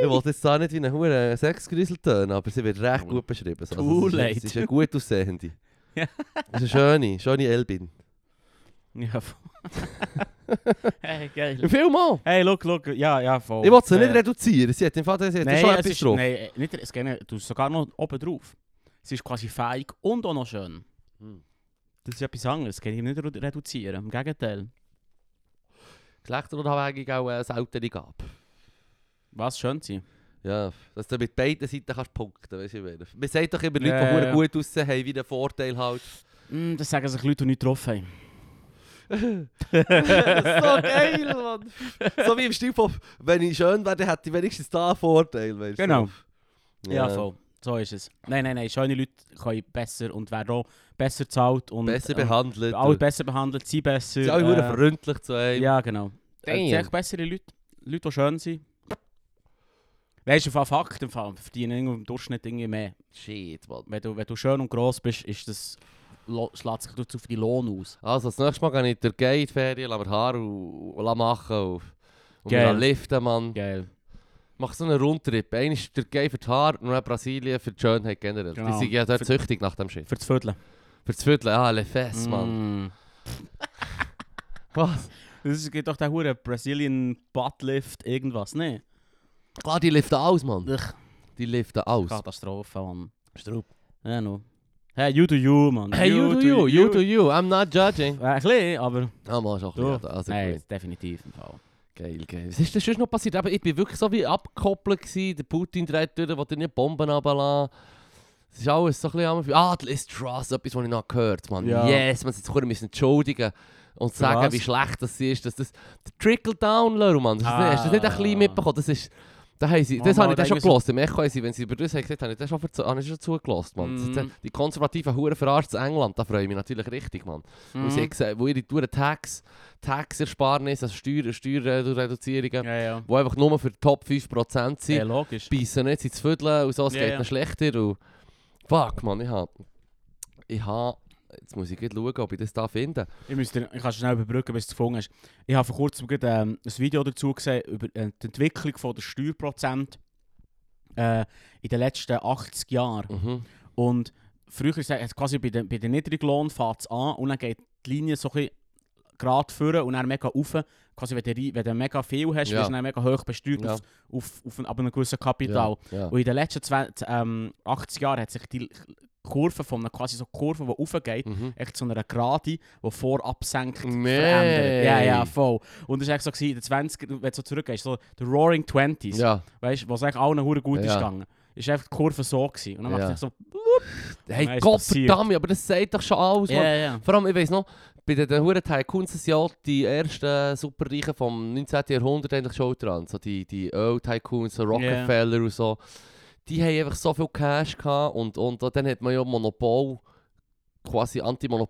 Speaker 1: Ich wollte jetzt da nicht wie ein hure Sexgrüsel tönen, aber sie wird recht gut beschrieben. Also,
Speaker 2: Too
Speaker 1: sie,
Speaker 2: late.
Speaker 1: Ist, sie ist eine gut aussehende. (laughs)
Speaker 2: Ja.
Speaker 1: Das ist eine schöne, schöne Elbin.
Speaker 2: Ja, voll. (laughs) hey, geil.
Speaker 1: Im Film auch.
Speaker 2: Hey, look, look. Ja, ja, voll.
Speaker 1: Ich will sie nicht
Speaker 2: Fair.
Speaker 1: reduzieren. Sie hat im Vater sie hat
Speaker 2: Oh, äh. Nein,
Speaker 1: schon
Speaker 2: es
Speaker 1: etwas
Speaker 2: ist,
Speaker 1: drauf.
Speaker 2: nein, äh, nicht, es geht du sogar noch oben drauf. Es ist quasi feig und auch noch schön.
Speaker 1: Hm.
Speaker 2: Das ist etwas anderes, das kann ich nicht redu- reduzieren. Im Gegenteil.
Speaker 1: Geschlechterunabhängig auch äh, seltene Gabe.
Speaker 2: Was schön sein.
Speaker 1: Ja, dass du mit beiden Seiten kannst punkten kannst. Man sagt doch immer, Leute,
Speaker 2: Ja,
Speaker 1: die
Speaker 2: ja.
Speaker 1: hure gut aussehen, haben wieder einen Vorteil
Speaker 2: (laughs)
Speaker 1: halt. (laughs)
Speaker 2: Mm, das sagen sich Leute, die nicht getroffen haben.
Speaker 1: das ist so geil, Mann. So wie im Stil von, wenn ich schön wäre, dann hätte ich wenigstens da einen Vorteil. Weißt du?
Speaker 2: Genau.
Speaker 1: Ja.
Speaker 2: Ja, voll. So ist es. Nein, nein, nein. Schöne Leute können besser und werden auch besser zahlt und
Speaker 1: Besser
Speaker 2: und äh,
Speaker 1: behandelt. äh,
Speaker 2: alle besser behandelt, sie besser.
Speaker 1: Sie sind alle hure freundlich zu einem.
Speaker 2: eh, ja, genau. Äh,
Speaker 1: Damn.
Speaker 2: Echt bessere Leute. Leute, die schön sind. Nein, ist auf jeden Fall Fakt im Fall. Verdienen irgendwo im Durchschnitt irgendwie mehr.
Speaker 1: Shit, Mann.
Speaker 2: Wenn du, wenn du schön und gross bist, ist das lo- schlägt sich das auf die Lohn aus.
Speaker 1: Also, das nächste Mal gehe ich in die Türkei in die Ferien, lasse mir Haare und, und lasse machen. Und, und
Speaker 2: Geil.
Speaker 1: wir lassen liften, Mann.
Speaker 2: Geil.
Speaker 1: Mach so einen Rundtrip. Einer ist die Türkei für die Haare und dann Brasilien für die Schönheit generell.
Speaker 2: Genau.
Speaker 1: Die sind ja dort
Speaker 2: Für-
Speaker 1: süchtig nach dem Shit.
Speaker 2: Für das Viertel.
Speaker 1: Für das Viertel, ah, Le Fess, Mann.
Speaker 2: Mm.
Speaker 1: (laughs) Was?
Speaker 2: Das ist- gibt doch der hure Brazilian Buttlift irgendwas, ne?
Speaker 1: Klar, die liften aus, Mann.
Speaker 2: Ugh.
Speaker 1: Die liften aus.
Speaker 2: Katastrophe, Mann.
Speaker 1: Strupp.
Speaker 2: Ja, no. Hey, you do you, Mann.
Speaker 1: Hey, you, do you, you do you. I'm not judging.
Speaker 2: Äh, ein bisschen, aber...
Speaker 1: Ah, man, schon ein
Speaker 2: Du.
Speaker 1: bisschen. ja, Also,
Speaker 2: Nein,
Speaker 1: gut.
Speaker 2: definitiv im Fall.
Speaker 1: Geil, geil. Was ist denn sonst noch passiert? Eben, ich bin wirklich so wie abgekoppelt gewesen. Der Putin dreht durch, wollte nicht Bomben runterlassen. Es ist alles so ein bisschen... am Anfang. Ah, die Liz Truss, etwas, was ich noch gehört habe.
Speaker 2: Ja.
Speaker 1: Yes, man jetzt kurz müssen entschuldigen und sagen,
Speaker 2: was?
Speaker 1: wie schlecht das ist. Dass das der Trickle-Down, Leru, Mann. Das ist,
Speaker 2: Ah.
Speaker 1: Hast du das nicht ein bisschen mitbekommen? Das ist... Da haben sie,
Speaker 2: Mal,
Speaker 1: das
Speaker 2: mal,
Speaker 1: habe ich
Speaker 2: da
Speaker 1: dann schon
Speaker 2: irgendwie so-
Speaker 1: gelassen. Im Echo haben sie, wenn sie über das haben gesagt, habe ich das schon, verzo- habe ich schon zugelassen, Mann. Das-
Speaker 2: Mhm.
Speaker 1: Die konservativen Huren verarscht in England, da freue ich mich natürlich richtig, Mann.
Speaker 2: Mhm.
Speaker 1: Weil sie haben gesagt, wo ihre Touren Tax, Taxersparnisse, also Steuer, Steuerreduzierungen,
Speaker 2: Ja, ja.
Speaker 1: die einfach nur für die Top 5% sind,
Speaker 2: Ja, logisch.
Speaker 1: beißen nicht ins Viertel und so, es
Speaker 2: Ja,
Speaker 1: geht
Speaker 2: ja.
Speaker 1: ihnen schlechter. Und fuck, Mann, ich habe. Ich habe. Jetzt muss ich gleich schauen, ob ich das da finde.
Speaker 2: Ich, müsste, ich kann schnell überbrücken, bis du es gefunden hast. Ich habe vor kurzem gerade, ähm, ein Video dazu gesehen über äh, die Entwicklung von der Steuerprozent äh, in den letzten 80 Jahren.
Speaker 1: Mhm.
Speaker 2: Und früher ist es quasi bei den, bei den Niedriglohn fängt es an und dann geht die Linie so ein bisschen gerade führen und dann mega rauf. Quasi wenn du, rei- wenn du mega viel hast,
Speaker 1: Ja.
Speaker 2: wirst du dann mega hoch besteuert
Speaker 1: Ja.
Speaker 2: auf, auf, auf ein, ab einem gewissen Kapital.
Speaker 1: Ja.
Speaker 2: Und in den letzten 20, ähm, 80 Jahren hat sich die Kurve von einer quasi so Kurve, die raufgeht,
Speaker 1: Mhm.
Speaker 2: echt zu einer Gerade, die vorab senkt,
Speaker 1: Nee.
Speaker 2: verändert. Ja, ja, voll. Und es war echt so, gewesen, in den 20 wenn du so zurückgehst, so die Roaring Twenties,
Speaker 1: ja.
Speaker 2: weißt du, was eigentlich allen hure gut ist
Speaker 1: Ja.
Speaker 2: gegangen. Ist einfach die Kurve so gewesen. Und dann
Speaker 1: Ja.
Speaker 2: macht es so,
Speaker 1: Hey,
Speaker 2: Nein, ist
Speaker 1: Gott
Speaker 2: passiert.
Speaker 1: verdammt, aber das sagt doch schon alles,
Speaker 2: ja,
Speaker 1: Mann.
Speaker 2: ja, ja.
Speaker 1: Vor allem, ich weiss noch, bei den, den Huren Tycoons sind ja die ersten Superreichen vom 19. Jahrhundert eigentlich schon dran. So die, die Öl-Tycoons, so Rockefeller und so. Die haben einfach so viel Cash gehabt und, und dann hat man ja Monopol, quasi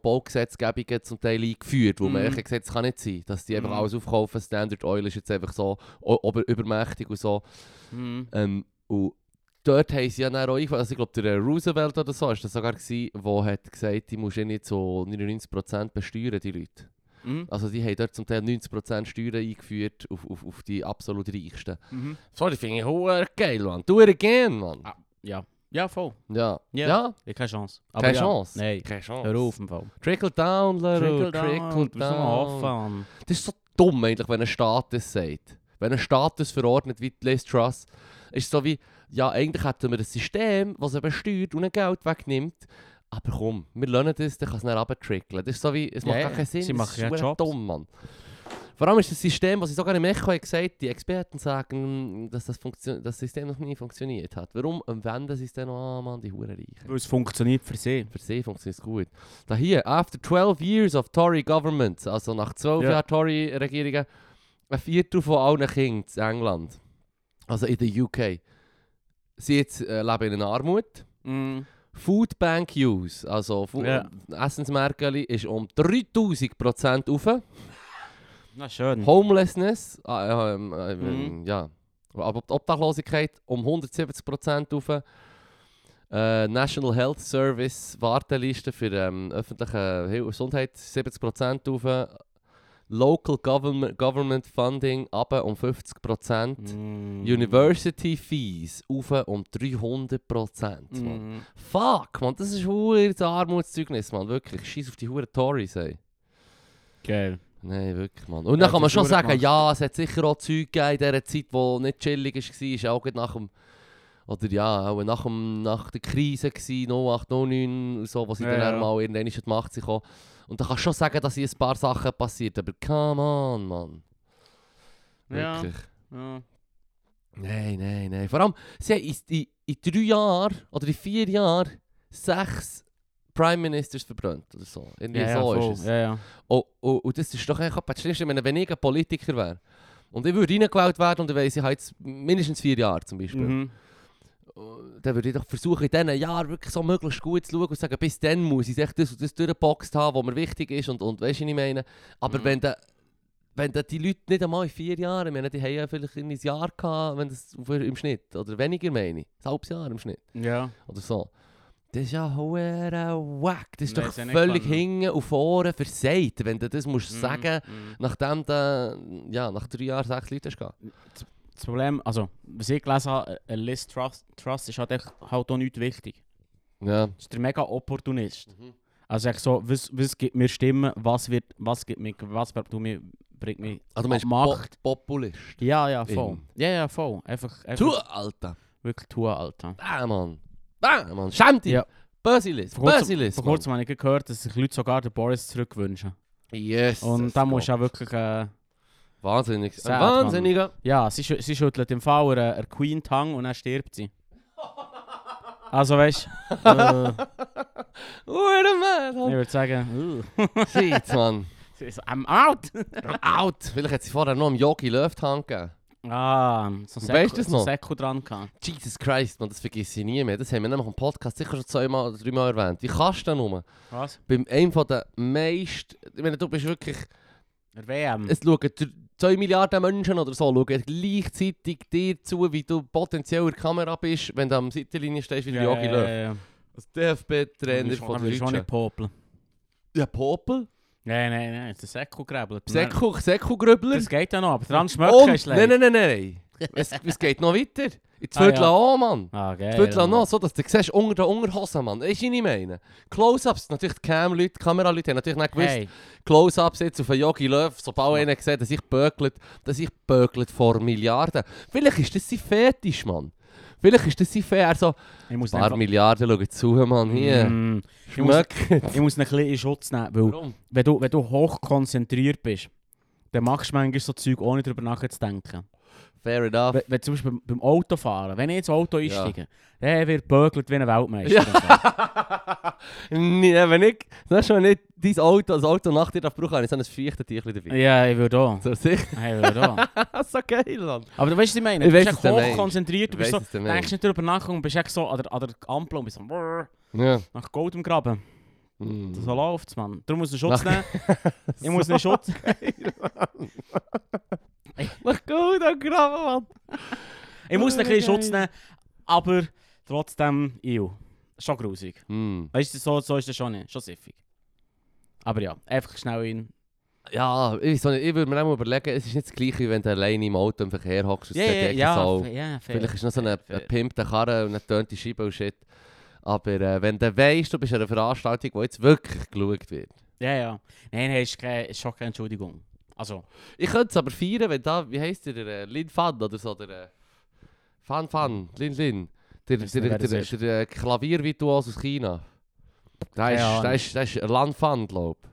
Speaker 1: Anti-Monopol-Gesetzgebungen zum Teil eingeführt, wo man
Speaker 2: Mhm.
Speaker 1: eigentlich gesagt hat, es kann nicht sein, dass die einfach
Speaker 2: Mhm.
Speaker 1: alles aufkaufen. Standard Oil ist jetzt einfach so o- ober- übermächtig und so.
Speaker 2: Mhm.
Speaker 1: Ähm, und dort haben sie ja dann auch eingefangen. Also ich glaube, der äh, Roosevelt oder so war das sogar, gewesen, der hat gesagt, die musst du nicht so 99% besteuern, die Leute.
Speaker 2: Mhm.
Speaker 1: Also die haben dort zum Teil 90% Steuern eingeführt auf, auf, auf die absolut Reichsten.
Speaker 2: Mhm.
Speaker 1: Sorry, finde ich hoher geil, Mann. Do it again, Mann.
Speaker 2: Ah. Ja. Ja, voll.
Speaker 1: Ja.
Speaker 2: Ja.
Speaker 1: Ja.
Speaker 2: Ich keine Chance.
Speaker 1: Keine
Speaker 2: ja.
Speaker 1: Chance.
Speaker 2: Nein.
Speaker 1: Keine Chance.
Speaker 2: Hör auf im Fall.
Speaker 1: Trickle down, Leru.
Speaker 2: Trickle down. Du bist nur offen.
Speaker 1: Das ist so dumm eigentlich, wenn ein Staat das sagt. Wenn ein Staat das verordnet, wie die Liz Truss, ist so wie, ja, eigentlich hätten wir ein System, das eben steuert und ein Geld wegnimmt. Aber komm, wir lernen das, dann kann es nicht runtertrickeln. Das ist so wie, es macht
Speaker 2: Ja,
Speaker 1: gar keinen
Speaker 2: sie
Speaker 1: Sinn.
Speaker 2: machen
Speaker 1: das
Speaker 2: ja
Speaker 1: ist
Speaker 2: Jobs.
Speaker 1: dumm, Mann. Vor allem ist das System, was ich sogar im Echo habe gesagt die Experten sagen, dass das, funktio- das System noch nie funktioniert hat. Warum wenden sie es denn noch an, Mann, die Hurenreichen?
Speaker 2: Weil es funktioniert für sie.
Speaker 1: Für sie funktioniert es gut. Da hier, after 12 years of Tory government, also nach 12
Speaker 2: Ja.
Speaker 1: Jahren Tory-Regierungen, ein Viertel von allen Kindern in England, also in der UK, sie jetzt, äh, leben in Armut.
Speaker 2: Mhm.
Speaker 1: Food Bank Use, also Fu
Speaker 2: Ja.
Speaker 1: Essensmärkeli, ist um 3000 Prozent hoch.
Speaker 2: Na Nou, schön.
Speaker 1: Homelessness, ah, ähm, äh,
Speaker 2: Mhm.
Speaker 1: ja. Aber die Obdachlosigkeit um 170 Prozent auf. Äh, National Health Service, Warteliste für ähm, öffentliche Hil- Gesundheit 70 Prozent auf. Local Government, Government Funding ab um 50 Prozent.
Speaker 2: Mhm.
Speaker 1: University Fees auf um 300 Prozent.
Speaker 2: Mhm.
Speaker 1: Fuck, man, das ist hure das Armutszeugnis, man. Wirklich, scheiß auf die hure Tories, ey.
Speaker 2: Geil.
Speaker 1: Nein, wirklich, Mann. Und
Speaker 2: Ja,
Speaker 1: dann kann man
Speaker 2: das
Speaker 1: schon
Speaker 2: ist
Speaker 1: sagen,
Speaker 2: verdammt
Speaker 1: ja, es hat sicher auch Zeug gegeben in dieser Zeit, die nicht chillig war. Ist auch gerade nach dem... Oder ja, auch nach, dem, nach der Krise gsi 08, 09 und so, wo sie
Speaker 2: Ja,
Speaker 1: dann
Speaker 2: ja.
Speaker 1: ja. mal irgendwann an die Macht sind gekommen. Und da kannst du schon sagen, dass hier ein paar Sachen passiert, aber come on, Mann.
Speaker 2: Ja.
Speaker 1: Wirklich.
Speaker 2: Ja.
Speaker 1: Nein, nein, nein. Vor allem, sie haben in, in, in drei Jahren oder in vier Jahren sechs Prime Ministers verbrannt oder so. Irgendwie
Speaker 2: ja,
Speaker 1: so
Speaker 2: voll.
Speaker 1: ist es.
Speaker 2: Ja, ja.
Speaker 1: Oh, oh, und das ist doch eigentlich das Schlimmste, wenn wenn ich ein Politiker wäre. Und ich würde reingewählt werden und ich weiss, ich habe jetzt mindestens vier Jahre zum Beispiel.
Speaker 2: Mhm.
Speaker 1: Oh, Dann würde ich doch versuchen, in diesen Jahren wirklich so möglichst gut zu schauen und zu sagen, bis dann muss ich echt das und das durchgeboxt haben, was mir wichtig ist und, und weisst du, was ich meine. Aber
Speaker 2: Mhm.
Speaker 1: wenn da wenn da die Leute nicht einmal in vier Jahren, ich meine, die haben ja vielleicht ein Jahr gehabt, wenn das auf- im Schnitt, oder weniger meine ich, ein halbes Jahr im Schnitt
Speaker 2: Ja.
Speaker 1: oder so. Das ist ja hure wack, das ist
Speaker 2: Nein,
Speaker 1: doch
Speaker 2: das ist ja nicht
Speaker 1: völlig
Speaker 2: gegangen.
Speaker 1: hinten und vorne versagt, wenn du das musst
Speaker 2: Mhm.
Speaker 1: sagen
Speaker 2: Mhm.
Speaker 1: Nachdem du ja, nach drei Jahren sechs Leute hast gehabt.
Speaker 2: Das Problem, also, was ich gelesen habe, äh, Liz Trust, Trust ist halt, echt, halt auch nicht wichtig.
Speaker 1: Ja.
Speaker 2: ist der mega Opportunist.
Speaker 1: Mhm.
Speaker 2: Also echt so, was, was gibt mir Stimmen, was wird, was gibt mir, was bringt mir, bringt mir
Speaker 1: Also du meinst
Speaker 2: Macht.
Speaker 1: Po Populist.
Speaker 2: Ja, ja, voll.
Speaker 1: In.
Speaker 2: Ja, ja, voll. Einfach, einfach
Speaker 1: Tu, Alter.
Speaker 2: wirklich tun, Alter.
Speaker 1: Ah, Mann. Ah, Mann. Schäm dich.
Speaker 2: Ja.
Speaker 1: Bösilis.
Speaker 2: Vor kurzem-
Speaker 1: Bösilis,
Speaker 2: Vor
Speaker 1: Mann.
Speaker 2: kurzem habe ich gehört, dass sich Leute sogar den Boris zurückwünschen.
Speaker 1: Yes.
Speaker 2: Und da musst du auch wirklich, äh,
Speaker 1: Wahnsinnig.
Speaker 2: Sad,
Speaker 1: Ein Wahnsinniger.
Speaker 2: ja, sie, schü- sie schüttelt im Fall eine, eine Queen Tang und dann
Speaker 1: (laughs)
Speaker 2: stirbt sie. Also weißt du, äh,
Speaker 1: Hure
Speaker 2: ich
Speaker 1: Mann.
Speaker 2: würde sagen, uh,
Speaker 1: Shit, Mann.
Speaker 2: (laughs) sie ist- I'm out!
Speaker 1: I'm Out. Vielleicht hat sie vorher noch einen Yogi Löw gegeben.
Speaker 2: (laughs) Ah, so
Speaker 1: Weißt du das
Speaker 2: so
Speaker 1: noch?
Speaker 2: Sekko dran gehabt.
Speaker 1: Jesus Christ, man, das vergesse ich nie mehr. Das haben wir nämlich im Podcast sicher schon zweimal oder dreimal erwähnt. Ich kannst den nur.
Speaker 2: Was?
Speaker 1: Bei einem von den meisten, ich meine, du bist wirklich,
Speaker 2: Der WM.
Speaker 1: es schauen dr- 2 Milliarden Menschen oder so, schauen gleichzeitig dir zu, wie du potenziell in der Kamera bist, wenn du am Seitenlinie stehst, wie der Jogi Löw. Als DFB-Trainer von der
Speaker 2: schon nicht
Speaker 1: Deutschen.
Speaker 2: popeln.
Speaker 1: Ja, Popel?
Speaker 2: Nein, nein, nein, jetzt der Sekko gräbelt.
Speaker 1: Säcku- Säcku-Grübler?
Speaker 2: Das geht ja noch, aber dran
Speaker 1: Und-
Speaker 2: schmecken ist
Speaker 1: Nein,
Speaker 2: leid.
Speaker 1: nein, nein, nein. nein. es, es geht noch weiter. Jetzt
Speaker 2: Ah,
Speaker 1: Viertel
Speaker 2: ja.
Speaker 1: an, Mann.
Speaker 2: Ah, geil.
Speaker 1: Das Viertel an noch, so dass du siehst, unter den Unterhosen, Mann. Weisst du, was ich meine? Close-Ups, natürlich die Cam-Leute, die Kameraleute haben natürlich nicht gewusst,
Speaker 2: Hey,
Speaker 1: Close-Ups jetzt auf den Jogi Löw, sobald einer sieht, dass ich böckelt, dass ich böckelt vor Milliarden. Vielleicht ist das sein Fetisch, Mann. Vielleicht ist das sein Fetisch. Er so, ein
Speaker 2: ich muss
Speaker 1: paar
Speaker 2: einfach-
Speaker 1: Milliarden schauen zu, Mann, hier.
Speaker 2: Mm, ich muss-
Speaker 1: Schmeckt.
Speaker 2: Ich muss ihn ein bisschen in Schutz nehmen, weil
Speaker 1: Warum?
Speaker 2: wenn du, wenn du hoch konzentriert bist, dann machst du manchmal so Zeug, ohne darüber nachzudenken.
Speaker 1: Fair enough.
Speaker 2: Wenn, wenn zum Beispiel beim, beim Autofahren, wenn ich ins Auto
Speaker 1: Ja.
Speaker 2: einsteige, der wird bögelt wie ein Weltmeister.
Speaker 1: Ja.
Speaker 2: und so.
Speaker 1: nee, wenn ich, das schon nicht dein Auto, das Auto nach dir darf brauchen, habe ich so ein Fiechtetierchen dabei.
Speaker 2: ja,
Speaker 1: (laughs)
Speaker 2: ich würde auch.
Speaker 1: So sicher,
Speaker 2: Ich würde (laughs) auch.
Speaker 1: so geil, Mann.
Speaker 2: Aber du weißt, was ich meine.
Speaker 1: Ich
Speaker 2: Du
Speaker 1: weiss, was
Speaker 2: bist
Speaker 1: du
Speaker 2: echt hoch
Speaker 1: meinst.
Speaker 2: konzentriert, du
Speaker 1: Ich
Speaker 2: bist so,
Speaker 1: weiss, was du meinst.
Speaker 2: denkst nicht darüber nach und bist echt so an der, an der Ampel und bist so brrr,
Speaker 1: Ja.
Speaker 2: nach Gold im Graben.
Speaker 1: Mm.
Speaker 2: So läuft's, Mann. Darum muss ich Schutz nehmen. Ich muss einen Schutz.
Speaker 1: Nach gut am Graben, Mann.
Speaker 2: Ich muss ihn ein bisschen in
Speaker 1: Geil.
Speaker 2: Schutz nehmen, aber trotzdem, ew. Schon grusig.
Speaker 1: Mm.
Speaker 2: Weißt du, so, so ist das schon nicht. Schon siffig. Aber ja, einfach schnell in.
Speaker 1: Ja, ich, so, ich würde mir auch mal überlegen, es ist nicht das gleiche, wenn du alleine im Auto im Verkehr hockst und
Speaker 2: Ja,
Speaker 1: es
Speaker 2: ja,
Speaker 1: sagt
Speaker 2: ja,
Speaker 1: so,
Speaker 2: f- ja, fair.
Speaker 1: Vielleicht ist noch so eine,
Speaker 2: fair.
Speaker 1: eine pimpte Karre und eine tönte Scheibe und shit. Aber äh, wenn du weißt, du bist an einer Veranstaltung, die jetzt wirklich geschaut wird.
Speaker 2: Ja, ja. Nein, nein, ist, keine, ist schon keine Entschuldigung. Also,
Speaker 1: Ich könnte es aber feiern, wenn da, wie heisst der, der äh, Lin Fan oder so, der äh, Fan Fan, Lin Lin. Der, der,
Speaker 2: Weiss nicht, wer
Speaker 1: der,
Speaker 2: das
Speaker 1: der,
Speaker 2: ist.
Speaker 1: der äh, Klaviervirtuos aus China. Der
Speaker 2: Keine
Speaker 1: ist,
Speaker 2: Ahnung.
Speaker 1: der ist, der ist Lan Fan, glaube ich.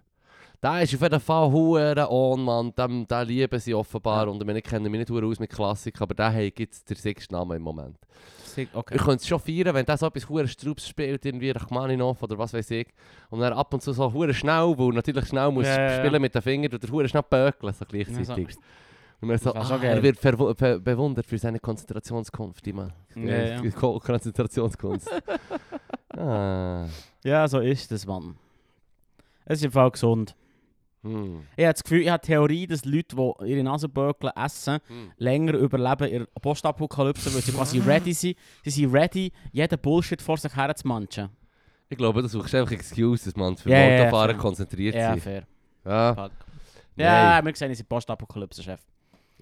Speaker 1: Der ist auf jeden Fall hure on, Mann. Den, den lieben sie offenbar. Und ich meine, ich kenne mich nicht hure aus mit Klassik, aber der hey, gibt es den sechsten Namen im Moment.
Speaker 2: sig- okay.
Speaker 1: Ich könnte es schon feiern, wenn der so etwas hure Strubs spielt, irgendwie Rachmaninov oder was weiß ich. Und dann ab und zu so hure schnell, weil natürlich schnell muss
Speaker 2: Ja, ja, ja.
Speaker 1: spielen mit den Fingern oder hure schnell bökeln, so gleichzeitig.
Speaker 2: Ja, so.
Speaker 1: Und man so,
Speaker 2: Das wär
Speaker 1: ah,
Speaker 2: schon
Speaker 1: er
Speaker 2: geil.
Speaker 1: wird verwu- be bewundert für seine Konzentrationskunst immer.
Speaker 2: Ja,
Speaker 1: (laughs)
Speaker 2: ja.
Speaker 1: Ko
Speaker 2: (laughs)
Speaker 1: Konzentrationskunst. ah.
Speaker 2: Ja, so ist das, Mann. Es ist im Fall gesund.
Speaker 1: hm.
Speaker 2: Ich habe das Gefühl, ich habe die Theorie, dass Leute, die ihre Nasenböckel essen,
Speaker 1: Hm.
Speaker 2: länger überleben in der Postapokalypse,
Speaker 1: (laughs)
Speaker 2: weil sie quasi ready sind. Sie sind ready, jeden Bullshit vor sich herzumanschen.
Speaker 1: Ich glaube, du suchst einfach Excuses, man, für
Speaker 2: Ja, ja, ja,
Speaker 1: Autofahren
Speaker 2: fair.
Speaker 1: konzentriert
Speaker 2: Ja,
Speaker 1: sein.
Speaker 2: fair.
Speaker 1: Ja.
Speaker 2: Ja, wir sehen uns in der Postapokalypse, Chef.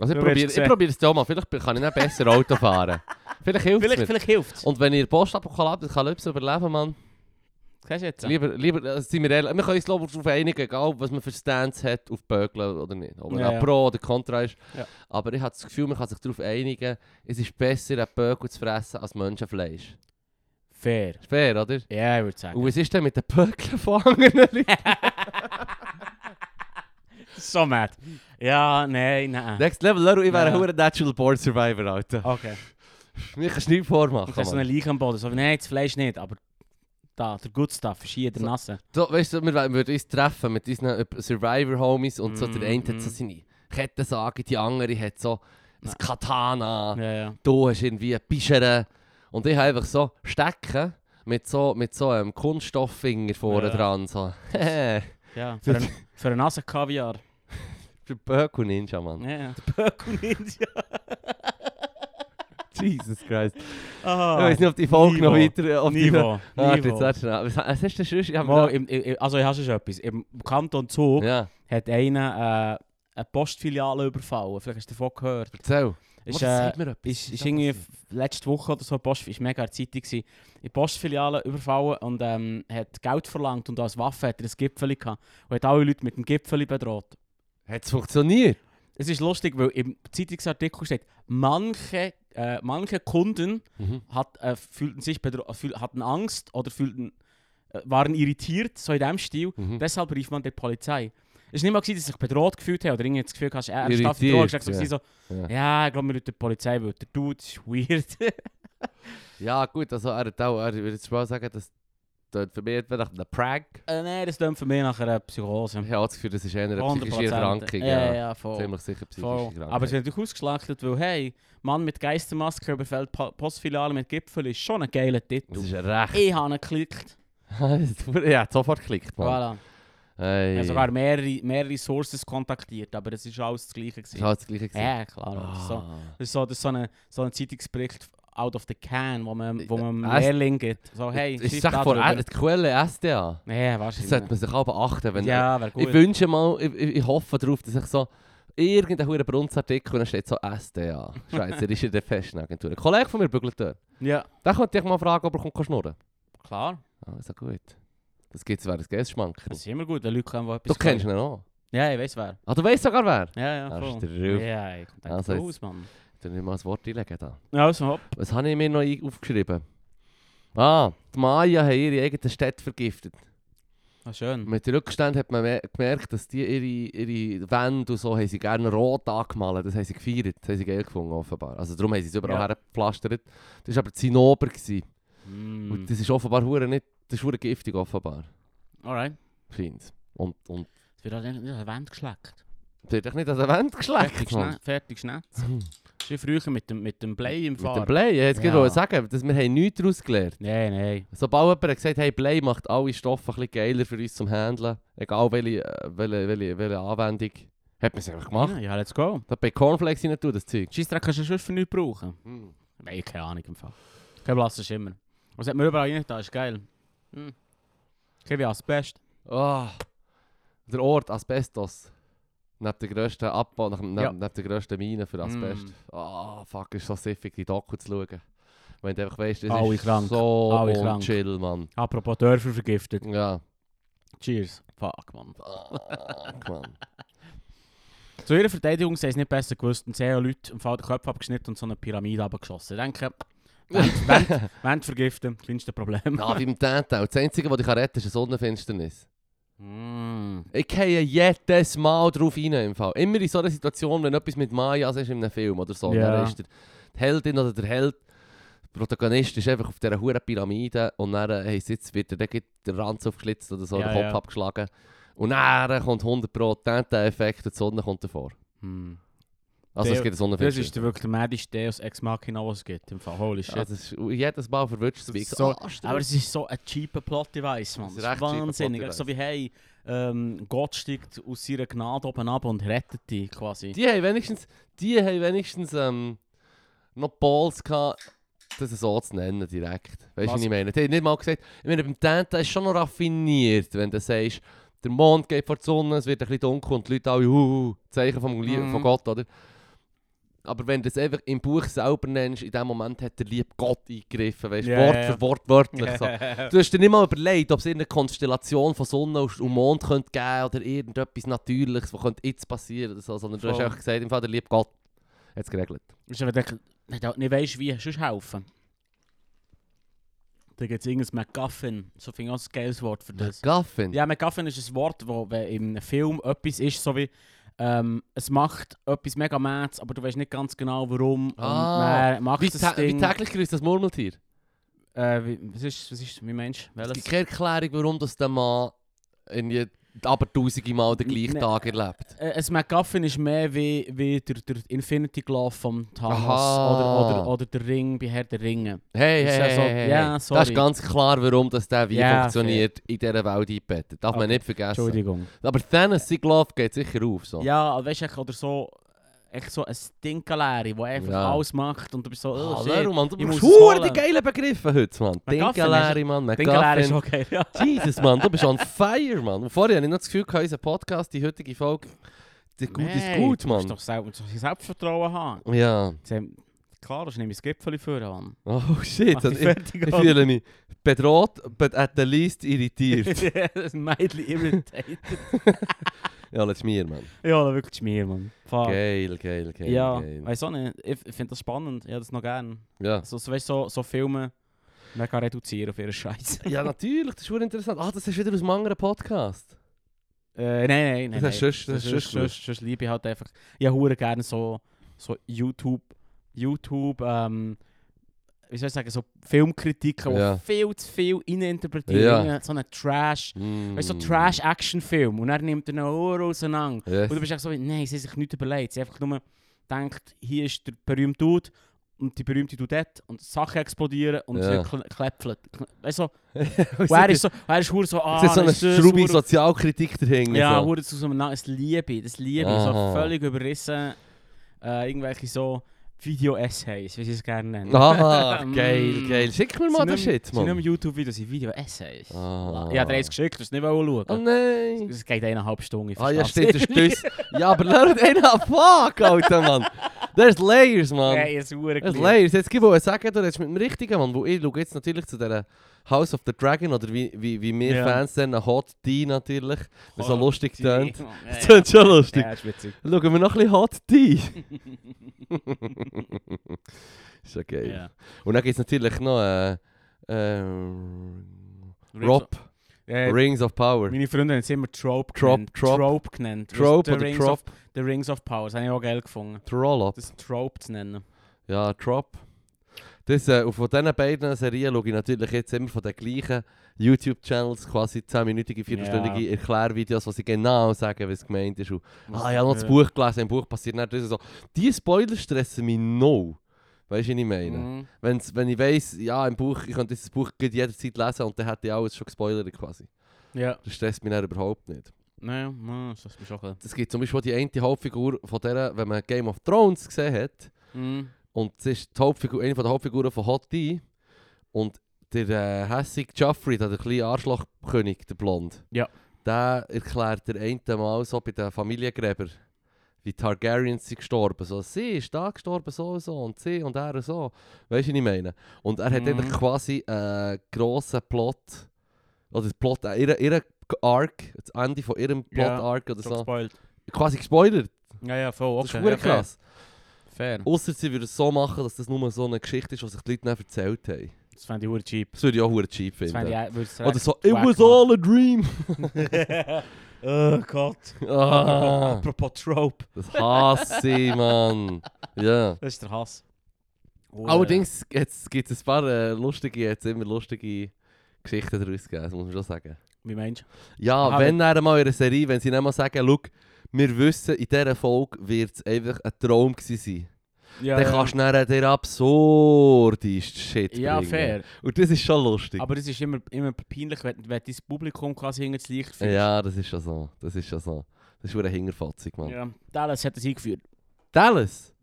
Speaker 1: Also ich
Speaker 2: Du äh, wirst
Speaker 1: probiere
Speaker 2: sehen.
Speaker 1: ich probiere es ja mal, vielleicht kann ich nicht besser Auto
Speaker 2: (laughs)
Speaker 1: fahren. Vielleicht hilft es
Speaker 2: Vielleicht,
Speaker 1: mir.
Speaker 2: vielleicht hilft es.
Speaker 1: Und wenn ihr Postapokalypse überleben, Mann,
Speaker 2: Siehst du jetzt?
Speaker 1: lieber, lieber äh, sind wir ehrlich, wir können uns glaube ich darauf einigen, egal was man für Stance hat, auf Bögeln oder nicht. Ob man
Speaker 2: Ja,
Speaker 1: auch
Speaker 2: ja.
Speaker 1: Pro oder Contra ist.
Speaker 2: Ja.
Speaker 1: Aber ich habe das Gefühl, man kann sich darauf einigen, es ist besser, einen Bögel zu fressen, als Menschenfleisch.
Speaker 2: Fair.
Speaker 1: Ist fair, oder?
Speaker 2: Ja, ich würde sagen.
Speaker 1: Und was ist denn mit den Bögeln von anderen
Speaker 2: (laughs)
Speaker 1: Leuten?
Speaker 2: so mad. Ja, nein, nein.
Speaker 1: Next Level, Leru, ich wäre
Speaker 2: Ja.
Speaker 1: ein hoher Natural Born Survivor, Alter.
Speaker 2: Okay.
Speaker 1: Mir kannst du nichts
Speaker 2: Und
Speaker 1: vormachen,
Speaker 2: dann so eine
Speaker 1: Mann.
Speaker 2: Leiche am Boden. So, nein, das Fleisch nicht, aber da, der Good Stuff ist hier der
Speaker 1: So-
Speaker 2: Nasse.
Speaker 1: So, weißt du, wir wär- würden uns treffen mit unseren äh, Survivor-Homies und so, der eine hat so
Speaker 2: Mhm.
Speaker 1: seine Kettensage, die andere hat so ein
Speaker 2: Ja.
Speaker 1: Katana.
Speaker 2: Ja, ja.
Speaker 1: du hast irgendwie ein Pischere. Und ich habe einfach so Stecken mit so, mit so einem Kunststofffinger vorne
Speaker 2: Ja.
Speaker 1: dran. So. (laughs) Hehe,
Speaker 2: ja.
Speaker 1: (laughs)
Speaker 2: Für, ein, für einen Nasse-Kaviar.
Speaker 1: Für Böku Ninja, Mann.
Speaker 2: Ja, ja. Der Böckel-Ninja.
Speaker 1: Jesus Christ. ich
Speaker 2: Ah,
Speaker 1: weiß nicht, ob die Folge noch
Speaker 2: Niveau.
Speaker 1: weiter... Ob die noch-
Speaker 2: Niveau.
Speaker 1: Ah, jetzt
Speaker 2: Niveau.
Speaker 1: warte schnell. Was, was hast du sonst? Ich hab
Speaker 2: Mal,
Speaker 1: noch-
Speaker 2: im, im, also ich habe schon etwas. Im Kanton Zug
Speaker 1: Ja,
Speaker 2: hat einer äh, eine Postfiliale überfallen. Vielleicht hast du davon gehört.
Speaker 1: erzähl.
Speaker 2: Ist,
Speaker 1: Warte,
Speaker 2: äh,
Speaker 1: sag mir etwas.
Speaker 2: ist, ist
Speaker 1: da
Speaker 2: irgendwie
Speaker 1: passiert?
Speaker 2: f- letzte Woche oder so Post, ist mega in der Zeitung gewesen, in Postfilialen überfallen und ähm, hat Geld verlangt und als Waffe hat er ein Gipfeli gehabt und hat alle Leute mit dem Gipfeli bedroht.
Speaker 1: Hat es funktioniert?
Speaker 2: Es ist lustig, weil im Zeitungsartikel steht, manche, äh, manche Kunden
Speaker 1: Mhm.
Speaker 2: hat, äh, fühlten sich bedro- fühl hatten Angst oder fühlten, äh, waren irritiert, so in dem Stil.
Speaker 1: Mhm.
Speaker 2: Deshalb rief man die Polizei. Es war nicht mal, gewesen, dass sie sich bedroht gefühlt haben oder irgendwie das Gefühl hast, er er
Speaker 1: Irritiert,
Speaker 2: steht bedroht. Es war so, so,
Speaker 1: Ja.
Speaker 2: ja, ich glaube, wir rufen die Polizei, weil der Dude ist weird. (laughs)
Speaker 1: Ja gut, also er hat auch... Er würde jetzt mal sagen, dass dort für mich etwa nach einem Prank.
Speaker 2: Äh, Nein, das klingt für mich nach einer Psychose.
Speaker 1: Ich habe das Gefühl, das ist eher eine psychische
Speaker 2: 100%.
Speaker 1: Erkrankung.
Speaker 2: Ja,
Speaker 1: Ja.
Speaker 2: ja, voll.
Speaker 1: Ziemlich sicher psychische
Speaker 2: Voll.
Speaker 1: Erkrankung.
Speaker 2: Aber sie haben natürlich ausgeschlachtet, weil hey, Mann mit Geistermaske überfällt Pa- Postfiliale mit Gipfel ist schon ein geiler
Speaker 1: das
Speaker 2: Titel.
Speaker 1: ist recht.
Speaker 2: Ich habe ihn geklickt.
Speaker 1: (laughs) ja, sofort geklickt, Mann.
Speaker 2: Voilà. Ich
Speaker 1: Hey.
Speaker 2: habe sogar mehrere, mehrere Sources kontaktiert, aber es war alles das Gleiche.
Speaker 1: das
Speaker 2: Gewesen.
Speaker 1: ist alles das Gleiche. gewesen.
Speaker 2: Ja, klar. Das ist so,
Speaker 1: Ah.
Speaker 2: das ist so, das ist so, eine, so ein Zeitungsbericht out of the can, wo man, wo man
Speaker 1: Äh,
Speaker 2: einem Lehrling gibt. So, Oh, hey,
Speaker 1: ich
Speaker 2: schreib
Speaker 1: sag
Speaker 2: da
Speaker 1: vor
Speaker 2: drüber.
Speaker 1: allem, die Quelle SDA.
Speaker 2: Ja,
Speaker 1: Das sollte
Speaker 2: wahrscheinlich.
Speaker 1: man sich aber achten. Wenn
Speaker 2: Ja, wäre
Speaker 1: ich
Speaker 2: gut.
Speaker 1: wünsche mal, ich, ich ich hoffe darauf, dass ich so irgendein hoher Brunzartikel und dann steht so ah, SDA. Schweizerische Fashionagentur. Ein Kollege von mir bügelt dort.
Speaker 2: Ja,
Speaker 1: Da könnte ich mal fragen, ob er kommt schnurren
Speaker 2: klar.
Speaker 1: kann. Also gut. Das gibt es wäre ein Gästschmankerl.
Speaker 2: Das ist immer gut, wenn Leute können, die etwas
Speaker 1: Du kennst ihn auch.
Speaker 2: Ja, ich weiß wer.
Speaker 1: Ah, du weißt sogar wer.
Speaker 2: Ja, ja,
Speaker 1: Das ist
Speaker 2: voll.
Speaker 1: der Ruf.
Speaker 2: Ja, ich denke,
Speaker 1: Also jetzt-
Speaker 2: raus, Mann.
Speaker 1: Ich will nicht mal ein Wort einlegen. Da.
Speaker 2: Ja, also, hopp.
Speaker 1: Was habe ich mir noch ein- aufgeschrieben? Ah, die Maya haben ihre eigene Stadt vergiftet.
Speaker 2: Ah, schön.
Speaker 1: Mit den Rückständen hat man me- gemerkt, dass die ihre, ihre Wände und so haben sie gerne rot angemalt Das haben sie gefeiert. Das haben sie geil gefunden, offenbar. Also darum haben sie es überall
Speaker 2: Ja.
Speaker 1: hergepflastert. Das war aber Zinnober. gewesen.
Speaker 2: Mm.
Speaker 1: Und das ist offenbar hure nicht... Das ist hure giftig, offenbar.
Speaker 2: Alright.
Speaker 1: Scheint. Und, und
Speaker 2: Es wird halt nicht an die Wand geschleckt.
Speaker 1: wird dich nicht an der Wand
Speaker 2: Fertig
Speaker 1: geschleckt, Mann.
Speaker 2: schne-
Speaker 1: (clears throat)
Speaker 2: Fertig schnell. Das ist wie früher mit dem, mit dem Play im
Speaker 1: Mit dem
Speaker 2: Fahren.
Speaker 1: Play, ja, jetzt
Speaker 2: Ja.
Speaker 1: ja. gerade sagen, dass wir haben nichts daraus gelernt
Speaker 2: Nein, nein.
Speaker 1: Sobald jemand hat gesagt hey, Play macht alle Stoffe ein bisschen geiler für uns zum Handeln, egal welche, äh, welche, welche, welche Anwendung, hat man es einfach gemacht.
Speaker 2: Ja, ja, let's go.
Speaker 1: Da hat bei Cornflakes rein tun, das Zeug.
Speaker 2: Scheissdreck kannst du sonst für nichts brauchen. Nein, keine Ahnung im Fall. Kein blasser Schimmer. Was hat man überall rein da ist geil. Hm. Okay, wie Asbest.
Speaker 1: Ah, Der Ort Asbestos. Neben der grössten Abbau, nach, neben,
Speaker 2: Ja. Mm.
Speaker 1: neben der grössten Mine für Asbest. Ah, fuck, ist so siffig, die Doku zu schauen. Wenn du einfach weißt, das
Speaker 2: Alle
Speaker 1: ist
Speaker 2: krank,
Speaker 1: so
Speaker 2: alle krank.
Speaker 1: unchill, Mann.
Speaker 2: Apropos Dörfer vergiftet.
Speaker 1: Ja.
Speaker 2: Cheers. Fuck, Mann.
Speaker 1: Fuck, Mann.
Speaker 2: Zu ihrer Verteidigung sie haben es nicht besser gewusst und sehr Leute im Fall den Kopf abgeschnitten und so eine Pyramide abgeschossen. Ich denke, Wand, Wand, Wand vergiften, kleinste Problem.
Speaker 1: (laughs) Na, wie im Tätau. Das Einzige, was dich retten kann, ist eine Sonnenfinsternis.
Speaker 2: Mm.
Speaker 1: Ich gehe jedes Mal drauf rein im Fall. Immer in so einer Situation, wenn etwas mit Mayas ist in einem Film oder so,
Speaker 2: Ja.
Speaker 1: dann ist der die Heldin oder der Held, der Protagonist ist einfach auf dieser huren Pyramide und dann äh, hey, jetzt wird er dann gleich der Ranz aufgeschlitzt oder so,
Speaker 2: Ja,
Speaker 1: der Kopf
Speaker 2: ja.
Speaker 1: abgeschlagen. Und dann kommt 100% der Effekt und die Sonne kommt davor.
Speaker 2: Mm.
Speaker 1: Also es
Speaker 2: Der-
Speaker 1: gibt eine
Speaker 2: Das
Speaker 1: Sonnenfinsternis.
Speaker 2: ist der wirklich der medisch Deus Ex Machina, was es gibt. Im Fall. Holy shit.
Speaker 1: also, es ist jedes Mal verwirrt es mich.
Speaker 2: So-
Speaker 1: Ah, stimmt.
Speaker 2: Aber es ist so ein cheaper Plot-Device, Mann.
Speaker 1: Das
Speaker 2: Das
Speaker 1: ist
Speaker 2: ist
Speaker 1: recht cheaper
Speaker 2: wahnsinnig.
Speaker 1: Plot-Device.
Speaker 2: So wie, hey, ähm, Gott steigt aus seiner Gnade oben ab und rettet dich quasi.
Speaker 1: Die (laughs) haben wenigstens, die haben wenigstens ähm, noch Balls gehabt, das so zu nennen direkt. Weißt du,
Speaker 2: Was?
Speaker 1: was ich meine? Die haben nicht mal gesagt, ich meine, beim Tanta ist schon noch raffiniert, wenn du sagst, der Mond geht vor die Sonne, es wird ein bisschen dunkel und die Leute alle, uh, Zeichen vom Lie-
Speaker 2: Mhm.
Speaker 1: von Gott, oder? Aber wenn du es einfach im Buch selber nennst, in dem Moment hat der liebe Gott eingegriffen, weißt du,
Speaker 2: Ja,
Speaker 1: Wort
Speaker 2: ja, ja.
Speaker 1: für Wort, wörtlich
Speaker 2: (laughs)
Speaker 1: so. Du hast dir nicht mal überlegt, ob es irgendeine Konstellation von Sonne und und Mond könnte geben oder irgendetwas Natürliches, was könnte jetzt passieren oder so, sondern du hast
Speaker 2: Voll.
Speaker 1: einfach gesagt, im Fall der liebe Gott hat es geregelt.
Speaker 2: Ist aber der- wenn du halt nicht weißt, wie sonst helfen. Da gibt es irgendein MacGuffin. So finde ich auch ein geiles Wort für das.
Speaker 1: Gaffin?
Speaker 2: Ja, MacGuffin ist ein Wort, wo wenn in einem Film etwas ist, so wie ähm, es macht etwas mega Mads, aber du weißt nicht ganz genau warum.
Speaker 1: Ah,
Speaker 2: und dann macht
Speaker 1: Wie,
Speaker 2: das
Speaker 1: tä- wie
Speaker 2: Ding.
Speaker 1: täglich grüßt das Murmeltier?
Speaker 2: äh, wie, was ist, was ist, wie meinst du?
Speaker 1: Es
Speaker 2: Welches?
Speaker 1: gibt keine Erklärung, warum das der Mann irgendwie aber tausende Mal den gleichen
Speaker 2: Nee.
Speaker 1: Tag erlebt.
Speaker 2: Äh, Ein MacGuffin ist mehr wie, wie der, der Infinity Glove von Thanos
Speaker 1: Aha.
Speaker 2: oder, oder, oder der Ring bei Herr der Ringe.
Speaker 1: Hey,
Speaker 2: Ist
Speaker 1: hey,
Speaker 2: ja
Speaker 1: hey,
Speaker 2: so-
Speaker 1: hey, hey.
Speaker 2: Ja,
Speaker 1: Das
Speaker 2: sorry.
Speaker 1: ist ganz klar, warum das der wie
Speaker 2: Ja,
Speaker 1: funktioniert in dieser Welt eingebettet. Darf man
Speaker 2: Okay.
Speaker 1: nicht vergessen.
Speaker 2: Entschuldigung.
Speaker 1: Aber Thanos, sein Glove geht sicher auf. So.
Speaker 2: Ja, aber weißt du, oder so, echt so ein Stinkeläri, der einfach
Speaker 1: Ja.
Speaker 2: alles macht und du bist so, oh,
Speaker 1: Ah,
Speaker 2: shit.
Speaker 1: Leru, Mann, du
Speaker 2: ich
Speaker 1: brauchst
Speaker 2: muss es
Speaker 1: hure die
Speaker 2: holen.
Speaker 1: geilen Begriffe heute, Mann.
Speaker 2: McGuffin
Speaker 1: Dinkeläri, Mann,
Speaker 2: Stinkeläri ist
Speaker 1: McGuffin.
Speaker 2: okay, ja. (laughs)
Speaker 1: Jesus, Mann, du bist on fire, Mann. Und vorher hatte ich noch das Gefühl, gehabt, unser Podcast, die heutige Folge, der gut ist
Speaker 2: Nein,
Speaker 1: gut,
Speaker 2: Du
Speaker 1: Mann.
Speaker 2: musst doch selber, du musst Selbstvertrauen haben.
Speaker 1: Ja.
Speaker 2: Jetzt haben- Klar, das nehme ich das Gipfel vor, Mann.
Speaker 1: Oh shit,
Speaker 2: Mach dich
Speaker 1: ich, ich
Speaker 2: fertig, Mann. (laughs)
Speaker 1: fühle mich bedroht, but at the least
Speaker 2: (laughs)
Speaker 1: irritiert.
Speaker 2: das Mädchen
Speaker 1: (laughs)
Speaker 2: irritated.
Speaker 1: ja, das ist mir, Mann.
Speaker 2: ja, das wirklich mir, Mann. Fuck.
Speaker 1: Geil, geil, geil,
Speaker 2: Ah. ja, eh,
Speaker 1: geil.
Speaker 2: weiß auch nicht. Ich finde das spannend. Ich hätte das noch gerne.
Speaker 1: Ja.
Speaker 2: So, so, weißt, so, so Filme mega reduzieren auf
Speaker 1: (laughs)
Speaker 2: ihren Scheiß.
Speaker 1: ja, natürlich, das ist hure interessant. Ah, das ist wieder aus einem anderen Podcast.
Speaker 2: äh, nein, nein, nein.
Speaker 1: Das ist
Speaker 2: nein.
Speaker 1: sonst- das ist sonst
Speaker 2: sonst, sonst, sonst liebe ich halt einfach. Ich habe gerne so, so YouTube, YouTube, ähm, wie soll ich sagen, so Filmkritiken, die
Speaker 1: Ja.
Speaker 2: viel zu viel reininterpretieren. So einen Trash,
Speaker 1: Mm.
Speaker 2: weißt du, so Trash-Action-Film. Und dann nimmt er einen Ohr auseinander.
Speaker 1: Yes. (laughs)
Speaker 2: Und du bist echt so, wie, nein, sie haben sich nichts überlegt. Sie haben einfach nur gedacht, hier ist der berühmte Dude und die berühmte Dude dort und Sachen explodieren und
Speaker 1: Ja.
Speaker 2: sie kle- kläpfeln. Kle- Weißt du,
Speaker 1: Weißt du,
Speaker 2: wer ist so, wer ist hure so, ah,
Speaker 1: Es ist so eine
Speaker 2: das das,
Speaker 1: strube
Speaker 2: hure-
Speaker 1: Sozialkritik dahinter.
Speaker 2: Ja,
Speaker 1: so.
Speaker 2: wurde zu so einem, Na- das Liebe, das Liebe,
Speaker 1: Aha.
Speaker 2: so völlig überrissen, äh, irgendwelche so Video-Essays, wie sie es gerne nennen.
Speaker 1: Aha,
Speaker 2: (laughs) Mm.
Speaker 1: Ah, geil, geil. Schick mir mal den
Speaker 2: nicht mehr-
Speaker 1: Shit,
Speaker 2: sind nicht mehr
Speaker 1: Mann.
Speaker 2: YouTube-Videos, sind Video-Essays.
Speaker 1: Ah.
Speaker 2: Ich habe dir eins geschickt, du hast nicht wollen
Speaker 1: Oh
Speaker 2: schauen.
Speaker 1: nein.
Speaker 2: Es geht eineinhalb Stunden, ich
Speaker 1: Ah ja,
Speaker 2: versteh's
Speaker 1: steht
Speaker 2: (laughs)
Speaker 1: der Stüss. dus- Ja, aber lernt einen ab. Ah, Fuck, Alter, Mann. There's layers, Mann.
Speaker 2: Nein, es ist hure
Speaker 1: There's
Speaker 2: geliebt.
Speaker 1: layers. Jetzt gib ich sagen, du redest mit dem Richtigen, Mann. Wo eh, ich schaue jetzt natürlich zu dieser House of the Dragon oder wie, wie, wie wir
Speaker 2: Ja.
Speaker 1: Fans nennen, Hot D natürlich. Was so
Speaker 2: Hot
Speaker 1: lustig
Speaker 2: Die-
Speaker 1: tönt.
Speaker 2: Oh, Ja,
Speaker 1: (laughs) Das tönt schon lustig.
Speaker 2: Ja, ist witzig.
Speaker 1: Schauen wir noch ein bisschen Hot (laughs) Tea. ist ja geil.
Speaker 2: Ja.
Speaker 1: Und dann gibt es natürlich noch äh, ähm, Rob,
Speaker 2: Äh,
Speaker 1: Rings of Power.
Speaker 2: meine Freunde haben es immer Trope
Speaker 1: Trop,
Speaker 2: genannt.
Speaker 1: Trop.
Speaker 2: Trope genannt.
Speaker 1: Trope
Speaker 2: The
Speaker 1: oder
Speaker 2: Rings
Speaker 1: Trop?
Speaker 2: Of, the Rings of Power, das habe ich auch geil gefunden.
Speaker 1: Trollop.
Speaker 2: Das Trope zu nennen.
Speaker 1: Ja, Trop. Das, äh, und von diesen beiden Serien schaue ich natürlich jetzt immer von den gleichen YouTube-Channels quasi 10-minütige, 4-stündige Erklärvideos, wo sie genau sagen, was gemeint ist. Und, ah, ich habe noch das Buch gelesen, im Buch passiert nicht das und so. Die Spoiler stressen mich no. Weißt du, was ich meine?
Speaker 2: Mhm.
Speaker 1: Wenn's, wenn ich weiss, ja, im Buch, ich könnte dieses Buch gleich jederzeit lesen und dann hätte ich alles schon gespoilert quasi.
Speaker 2: Ja.
Speaker 1: Das stresst mich dann überhaupt nicht.
Speaker 2: Nein, nein, das ist mir schon ein
Speaker 1: Es gibt zum Beispiel auch die eine Hauptfigur von der, wenn man Game of Thrones gesehen hat,
Speaker 2: bisschen-
Speaker 1: und es ist die Hauptfigur, eine von der Hauptfiguren von Hot D. Und der äh, hässige Joffrey, der, der kleine Arschlochkönig, der Blond,
Speaker 2: Ja.
Speaker 1: der erklärt der eine Mal so bei den Familiengräbern, wie die Targaryens sind gestorben. So, sie ist da gestorben, so und so, und sie und er und so. Weißt du, was ich meine? Und er hat
Speaker 2: Mhm.
Speaker 1: eigentlich quasi einen grossen Plot, oder den Plot, äh, ihren, ihren Arc, das Ende von ihrem
Speaker 2: Ja,
Speaker 1: Plot-Arc oder
Speaker 2: Schon
Speaker 1: so,
Speaker 2: gespoilt.
Speaker 1: quasi gespoilert.
Speaker 2: Ja, ja, voll.
Speaker 1: Das
Speaker 2: Okay.
Speaker 1: ist verdammt
Speaker 2: ja, fair.
Speaker 1: krass. Oh.
Speaker 2: Fair.
Speaker 1: Ausser sie würden es so machen, dass das nur so eine Geschichte ist, die sich die Leute dann erzählt haben.
Speaker 2: Das fände ich hure cheap.
Speaker 1: Das würde ich auch verdammt cheap
Speaker 2: Das fände ich
Speaker 1: finden.
Speaker 2: auch- würde es
Speaker 1: Oder
Speaker 2: recht-
Speaker 1: so, it
Speaker 2: wack
Speaker 1: was all a dream. (laughs)
Speaker 2: (laughs) oh Gott. (laughs)
Speaker 1: ah,
Speaker 2: Apropos Trope.
Speaker 1: das hasse ich, Mann. Ja.
Speaker 2: Das ist der Hass. Oh, Hure-
Speaker 1: Allerdings jetzt gibt es ein paar äh, lustige, jetzt immer lustige Geschichten daraus gegeben, das muss man schon sagen.
Speaker 2: Wie meinst
Speaker 1: Ja,
Speaker 2: Aha,
Speaker 1: wenn dann mal in einer Serie, wenn sie dann mal sagen, schau, wir wissen, in dieser Folge wird es einfach ein Traum gewesen sein.
Speaker 2: du? Ja,
Speaker 1: dann
Speaker 2: ja.
Speaker 1: kannst du dann den absurdesten Shit
Speaker 2: Ja,
Speaker 1: bringen.
Speaker 2: fair.
Speaker 1: Und das ist schon lustig.
Speaker 2: Aber es ist immer, immer peinlich, wenn, wenn dein Publikum quasi hinter das Licht führt.
Speaker 1: Ja, das ist schon so. Das ist schon so. Das ist eine Hingerfatzig, Mann.
Speaker 2: ja. Dallas hat das eingeführt.
Speaker 1: Dallas?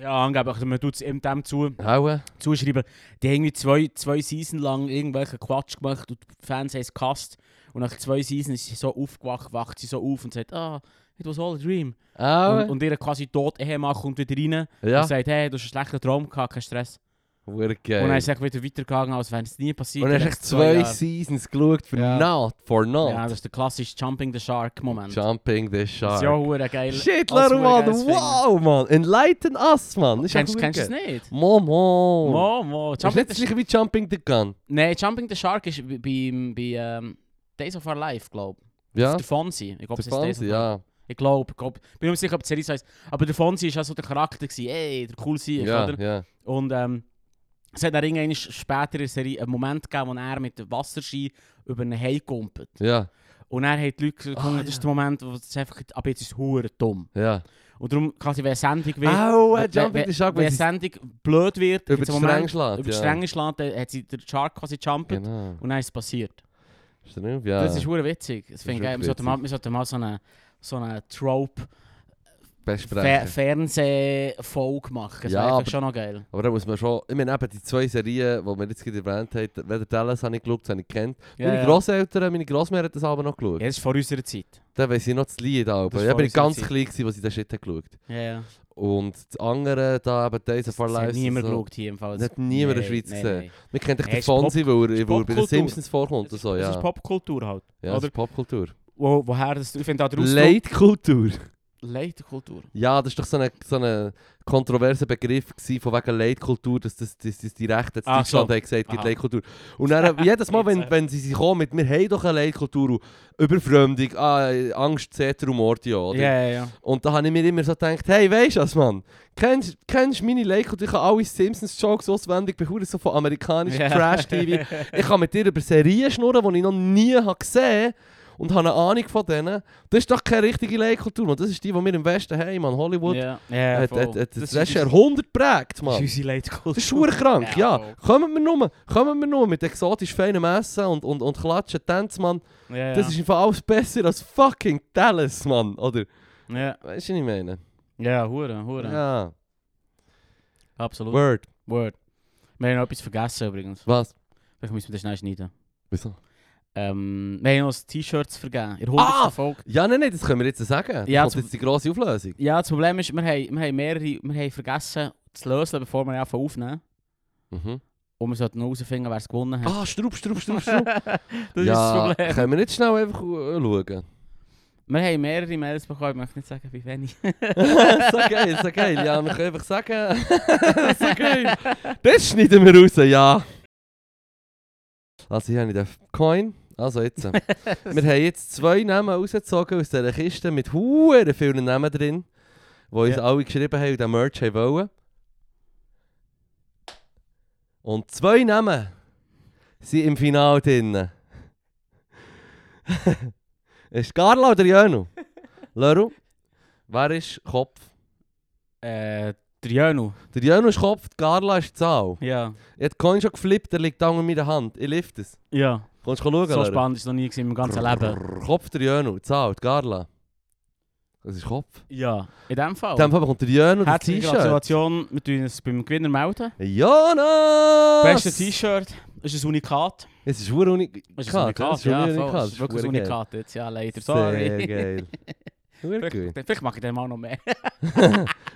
Speaker 2: Ja, angeblich. Man tut es eben dem zu,
Speaker 1: Hauen?
Speaker 2: zuschreiben. Die haben irgendwie zwei, zwei Seasons lang irgendwelchen Quatsch gemacht und die Fans haben es gehasst. Und nach zwei Seasons ist sie so aufgewacht, wacht sie so auf und sagt, ah, it was all a dream.
Speaker 1: Hauen?
Speaker 2: Und, und ihr quasi tot Ehemann kommt wieder rein
Speaker 1: Ah, ja.
Speaker 2: und sagt, hey, du hast einen schlechten Traum gehabt, kein Stress.
Speaker 1: Hure
Speaker 2: Und dann
Speaker 1: geil.
Speaker 2: ist es wieder weitergegangen, als wäre es nie passiert.
Speaker 1: Und dann
Speaker 2: die
Speaker 1: hast du
Speaker 2: letzten
Speaker 1: zwei
Speaker 2: Jahre.
Speaker 1: Seasons geschaut für
Speaker 2: Ja.
Speaker 1: not, for not.
Speaker 2: Ja, das ist der klassische Jumping the Shark Moment.
Speaker 1: Jumping the
Speaker 2: Das ist ja
Speaker 1: Shark.
Speaker 2: hure geil.
Speaker 1: Shit,
Speaker 2: Alles
Speaker 1: Leru,
Speaker 2: hure
Speaker 1: Mann.
Speaker 2: geiles Film.
Speaker 1: Wow, Mann. Enlighten us, Mann. Das ist
Speaker 2: Kennst
Speaker 1: ja
Speaker 2: kennst du es
Speaker 1: hure geil.
Speaker 2: nicht?
Speaker 1: Momo.
Speaker 2: Mo, Mo.
Speaker 1: Das ist
Speaker 2: Jumping
Speaker 1: nicht
Speaker 2: the
Speaker 1: das gleiche wie Jumping the Gun.
Speaker 2: Nein, Jumping the Shark ist bei, bei, bei ähm, Days of Our Life, glaube ich.
Speaker 1: Ja?
Speaker 2: Der Fonzie. Ich
Speaker 1: Der
Speaker 2: glaube, es ist Days of
Speaker 1: Fancy,
Speaker 2: Our Life.
Speaker 1: ja.
Speaker 2: Ich glaube, glaub, bin mir nicht sicher, ob die Serie so heisst. Aber der Fonzie war ja so der Charakter, gewesen. ey, der cool sein,
Speaker 1: Ja,
Speaker 2: oder?
Speaker 1: ja.
Speaker 2: Und ähm, es hat dann irgendwann später in der Serie einen Moment gegeben, wo er mit dem Wasserski über einen Hai kumpelt.
Speaker 1: Ja,
Speaker 2: Und er hat die Leute gesagt,
Speaker 1: Ah,
Speaker 2: das ist der Moment, wo es einfach, ab jetzt ist es hure dumm.
Speaker 1: ja.
Speaker 2: Und darum, quasi, wenn eine Sendung wird,
Speaker 1: Au,
Speaker 2: wenn-
Speaker 1: Jumping
Speaker 2: wenn-
Speaker 1: the Shark,
Speaker 2: wenn
Speaker 1: wenn
Speaker 2: eine
Speaker 1: sie
Speaker 2: Sendung blöd wird,
Speaker 1: über
Speaker 2: gibt's
Speaker 1: die
Speaker 2: einen Moment-
Speaker 1: Stränge schlägt.
Speaker 2: über
Speaker 1: ja.
Speaker 2: die Stränge schlägt, dann hat sie der Shark quasi jumped
Speaker 1: Genau.
Speaker 2: und dann ist es passiert.
Speaker 1: Ist das nicht? Ja.
Speaker 2: Das ist hure witzig. Das
Speaker 1: ist
Speaker 2: finde ich geil. Wir
Speaker 1: wirklich
Speaker 2: sollten mal, wir sollten mal so eine, so eine Trope Fe
Speaker 1: Besprechen.
Speaker 2: Fernsehfolge machen. Das
Speaker 1: Ja,
Speaker 2: wäre
Speaker 1: aber-
Speaker 2: schon noch geil.
Speaker 1: Aber da muss man schon, ich meine eben die zwei Serien, die wir jetzt gerade erwähnt haben, weder Dallas habe ich geglaubt, das habe ich gekannt. meine
Speaker 2: ja.
Speaker 1: Grosseltern, meine Grossmutter hat das aber noch geschaut.
Speaker 2: Ja, das ist vor unserer Zeit.
Speaker 1: Dann weiss ich noch das Lied aber.
Speaker 2: Das
Speaker 1: Ich war
Speaker 2: war
Speaker 1: ich ganz
Speaker 2: unsere
Speaker 1: klein, gewesen, als ich das Shit habe geschaut
Speaker 2: Ja, ja.
Speaker 1: Und das andere, da eben Days of Our
Speaker 2: Das hat
Speaker 1: Lives.
Speaker 2: niemand
Speaker 1: und so.
Speaker 2: geschaut hier im Fall.
Speaker 1: Das hat niemand in der Schweiz gesehen. Wir kennen dich
Speaker 2: Ja,
Speaker 1: den
Speaker 2: ist Pop-
Speaker 1: Fonsi, weil er,
Speaker 2: ist
Speaker 1: weil er bei den
Speaker 2: Popkultur.
Speaker 1: Simpsons vorkommt und so,
Speaker 2: Das
Speaker 1: ja.
Speaker 2: ist Popkultur halt.
Speaker 1: ja, das
Speaker 2: oder?
Speaker 1: ist Popkultur.
Speaker 2: Wo, woher das... Ich finde auch der Ausdruck...
Speaker 1: Leitkultur.
Speaker 2: Leiterkultur.
Speaker 1: Ja, das war doch so ein so ein kontroverser Begriff gewesen, von wegen Leitkultur, dass das, das, das die Rechte in
Speaker 2: Ach
Speaker 1: Deutschland
Speaker 2: so.
Speaker 1: haben gesagt, gibt
Speaker 2: Aha.
Speaker 1: Leitkultur. Und dann, äh, jedes Mal, wenn,
Speaker 2: (laughs) Jetzt,
Speaker 1: wenn sie sich kommen mit «Wir haben doch eine Leitkultur» und «Überfremdung», ah, äh, «Angst, Zetrum, Mordio», oder?
Speaker 2: Ja, ja, ja.
Speaker 1: Und da habe ich mir immer so gedacht, hey, weißt du was, Mann? Kennst kennst du meine Leitkultur? Ich kann alle Simpsons-Jokes auswendig, ich bin so von amerikanischem
Speaker 2: Ja.
Speaker 1: Trash-TV. Ich kann mit dir über Serien schnurren, die ich noch nie habe gesehen habe und habe eine Ahnung von denen. Das ist doch keine richtige Leitkultur, Mann. Das ist die, die wir im Westen haben, Mann. Hollywood
Speaker 2: Ja, ja,
Speaker 1: hat,
Speaker 2: voll.
Speaker 1: hat, hat das
Speaker 2: Das
Speaker 1: letzte
Speaker 2: ist
Speaker 1: Jahrhundert geprägt,
Speaker 2: Das ist
Speaker 1: Mann.
Speaker 2: unsere Leitkultur.
Speaker 1: Das ist schwer krank, ja.
Speaker 2: Ja,
Speaker 1: Kommen wir nur, kommen wir nur mit exotisch feinem Essen und, und, und klatschen, Tänzen, Mann.
Speaker 2: Ja, ja.
Speaker 1: Das ist einfach alles besser als fucking Dallas, Mann. Oder,
Speaker 2: Ja,
Speaker 1: weißt du, was ich meine?
Speaker 2: ja, hure, hure.
Speaker 1: Ja.
Speaker 2: Absolut. Word.
Speaker 1: Word.
Speaker 2: Wir haben noch etwas vergessen übrigens.
Speaker 1: Was?
Speaker 2: Vielleicht müssen wir das schnell schneiden.
Speaker 1: Wieso?
Speaker 2: Ähm, wir haben noch das T-Shirts vergeben. In der 100.
Speaker 1: Ah!
Speaker 2: Folge.
Speaker 1: Ja, nein, nein, das können wir jetzt sagen.
Speaker 2: Ja,
Speaker 1: Ja, das
Speaker 2: zum-
Speaker 1: kommt jetzt die grosse Auflösung.
Speaker 2: Ja, das Problem ist, wir haben, wir haben mehrere, wir haben vergessen zu lösen, bevor wir einfach aufnehmen.
Speaker 1: Mhm.
Speaker 2: Und wir sollten noch herausfinden, wer es gewonnen (laughs) hat.
Speaker 1: Ah, Strupp, Strupp, Strupp,
Speaker 2: (laughs)
Speaker 1: Strupp. ja,
Speaker 2: das ist das Problem.
Speaker 1: Können wir nicht schnell einfach äh,
Speaker 2: (laughs)
Speaker 1: schauen?
Speaker 2: Wir haben mehrere Mails bekommen, ich möchte nicht sagen, wie (laughs) wenig.
Speaker 1: so geil, so geil. Ja,
Speaker 2: (laughs)
Speaker 1: wir können einfach sagen. so geil. Das schneiden wir raus, ja. Also, hier habe ich den Coin. Also,
Speaker 2: (laughs)
Speaker 1: jetzt. äh, wir haben jetzt zwei Namen rausgezogen aus dieser Kiste mit huere vielen Namen drin, die uns
Speaker 2: Ja.
Speaker 1: alle geschrieben haben und den Merch haben wollen. Und zwei Namen sind im Finale drin. (laughs) ist Carla oder
Speaker 2: (laughs)
Speaker 1: Jönu? Leru, wer ist Kopf?
Speaker 2: äh, der Jönu.
Speaker 1: Der Jönu ist Kopf, die Carla ist die Zahl.
Speaker 2: Ja.
Speaker 1: Ich habe Coin schon geflippt, der liegt da unter meiner Hand. Ich lift es.
Speaker 2: Ja.
Speaker 1: Kannst du schauen,
Speaker 2: So
Speaker 1: Leru?
Speaker 2: spannend ist es noch nie gewesen im ganzen Leben.
Speaker 1: Brrr, Kopf der Jönu, die Zahl, die Carla. Das ist Kopf.
Speaker 2: Ja. In dem Fall.
Speaker 1: In dem Fall bekommt der Jönu das
Speaker 2: Oh. Herzliche
Speaker 1: T-Shirt.
Speaker 2: Gratulation, wir tun uns beim Gewinner melden.
Speaker 1: Jonas!
Speaker 2: Beste T-Shirt, ist ein Unikat.
Speaker 1: Es ist verdammt unik.
Speaker 2: Ist
Speaker 1: Kat,
Speaker 2: Unikat,
Speaker 1: es ist
Speaker 2: ja,
Speaker 1: verdammt
Speaker 2: voll,
Speaker 1: unikat,
Speaker 2: es ist wirklich ein
Speaker 1: verdammt geil.
Speaker 2: Unikat jetzt, ja leider, sorry.
Speaker 1: (laughs) Sehr
Speaker 2: (laughs)
Speaker 1: geil. Verdammt gut.
Speaker 2: Vielleicht, vielleicht mache ich den mal noch mehr.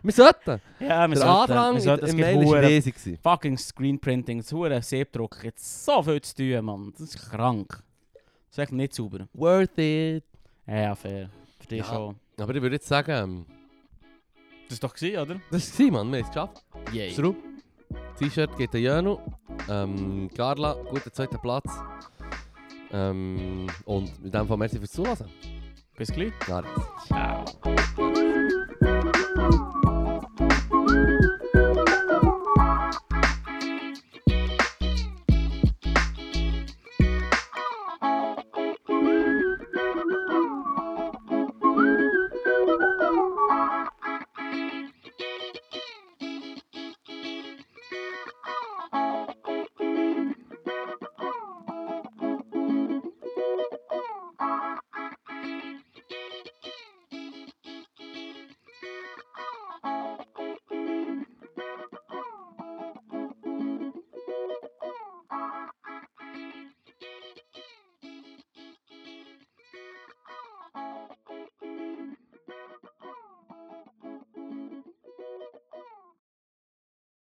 Speaker 1: Wir sollten.
Speaker 2: (laughs) ja, wir
Speaker 1: Der
Speaker 2: sollten,
Speaker 1: Andrang
Speaker 2: wir
Speaker 1: in-
Speaker 2: sollten, es
Speaker 1: im
Speaker 2: gibt
Speaker 1: Mail war
Speaker 2: verdammt
Speaker 1: riesig. gewesen.
Speaker 2: fucking Screenprinting, das hure Siebdruck, jetzt so viel zu tun, Mann, das ist krank. Das ist echt nicht sauber.
Speaker 1: Worth it.
Speaker 2: Ja, ja fair, verstehe
Speaker 1: Ja.
Speaker 2: schon.
Speaker 1: Aber ich würde jetzt sagen, ähm,
Speaker 2: Das war doch, gewesen, oder?
Speaker 1: das ist es, Mann. Wir haben es geschafft.
Speaker 2: Yay.
Speaker 1: Schraub. T-Shirt geht an Jönu. Ähm, Carla, guter zweiter Platz. Ähm, und in dem Fall merci fürs Zulassen.
Speaker 2: Bis gleich.
Speaker 1: Nein.
Speaker 2: Ciao.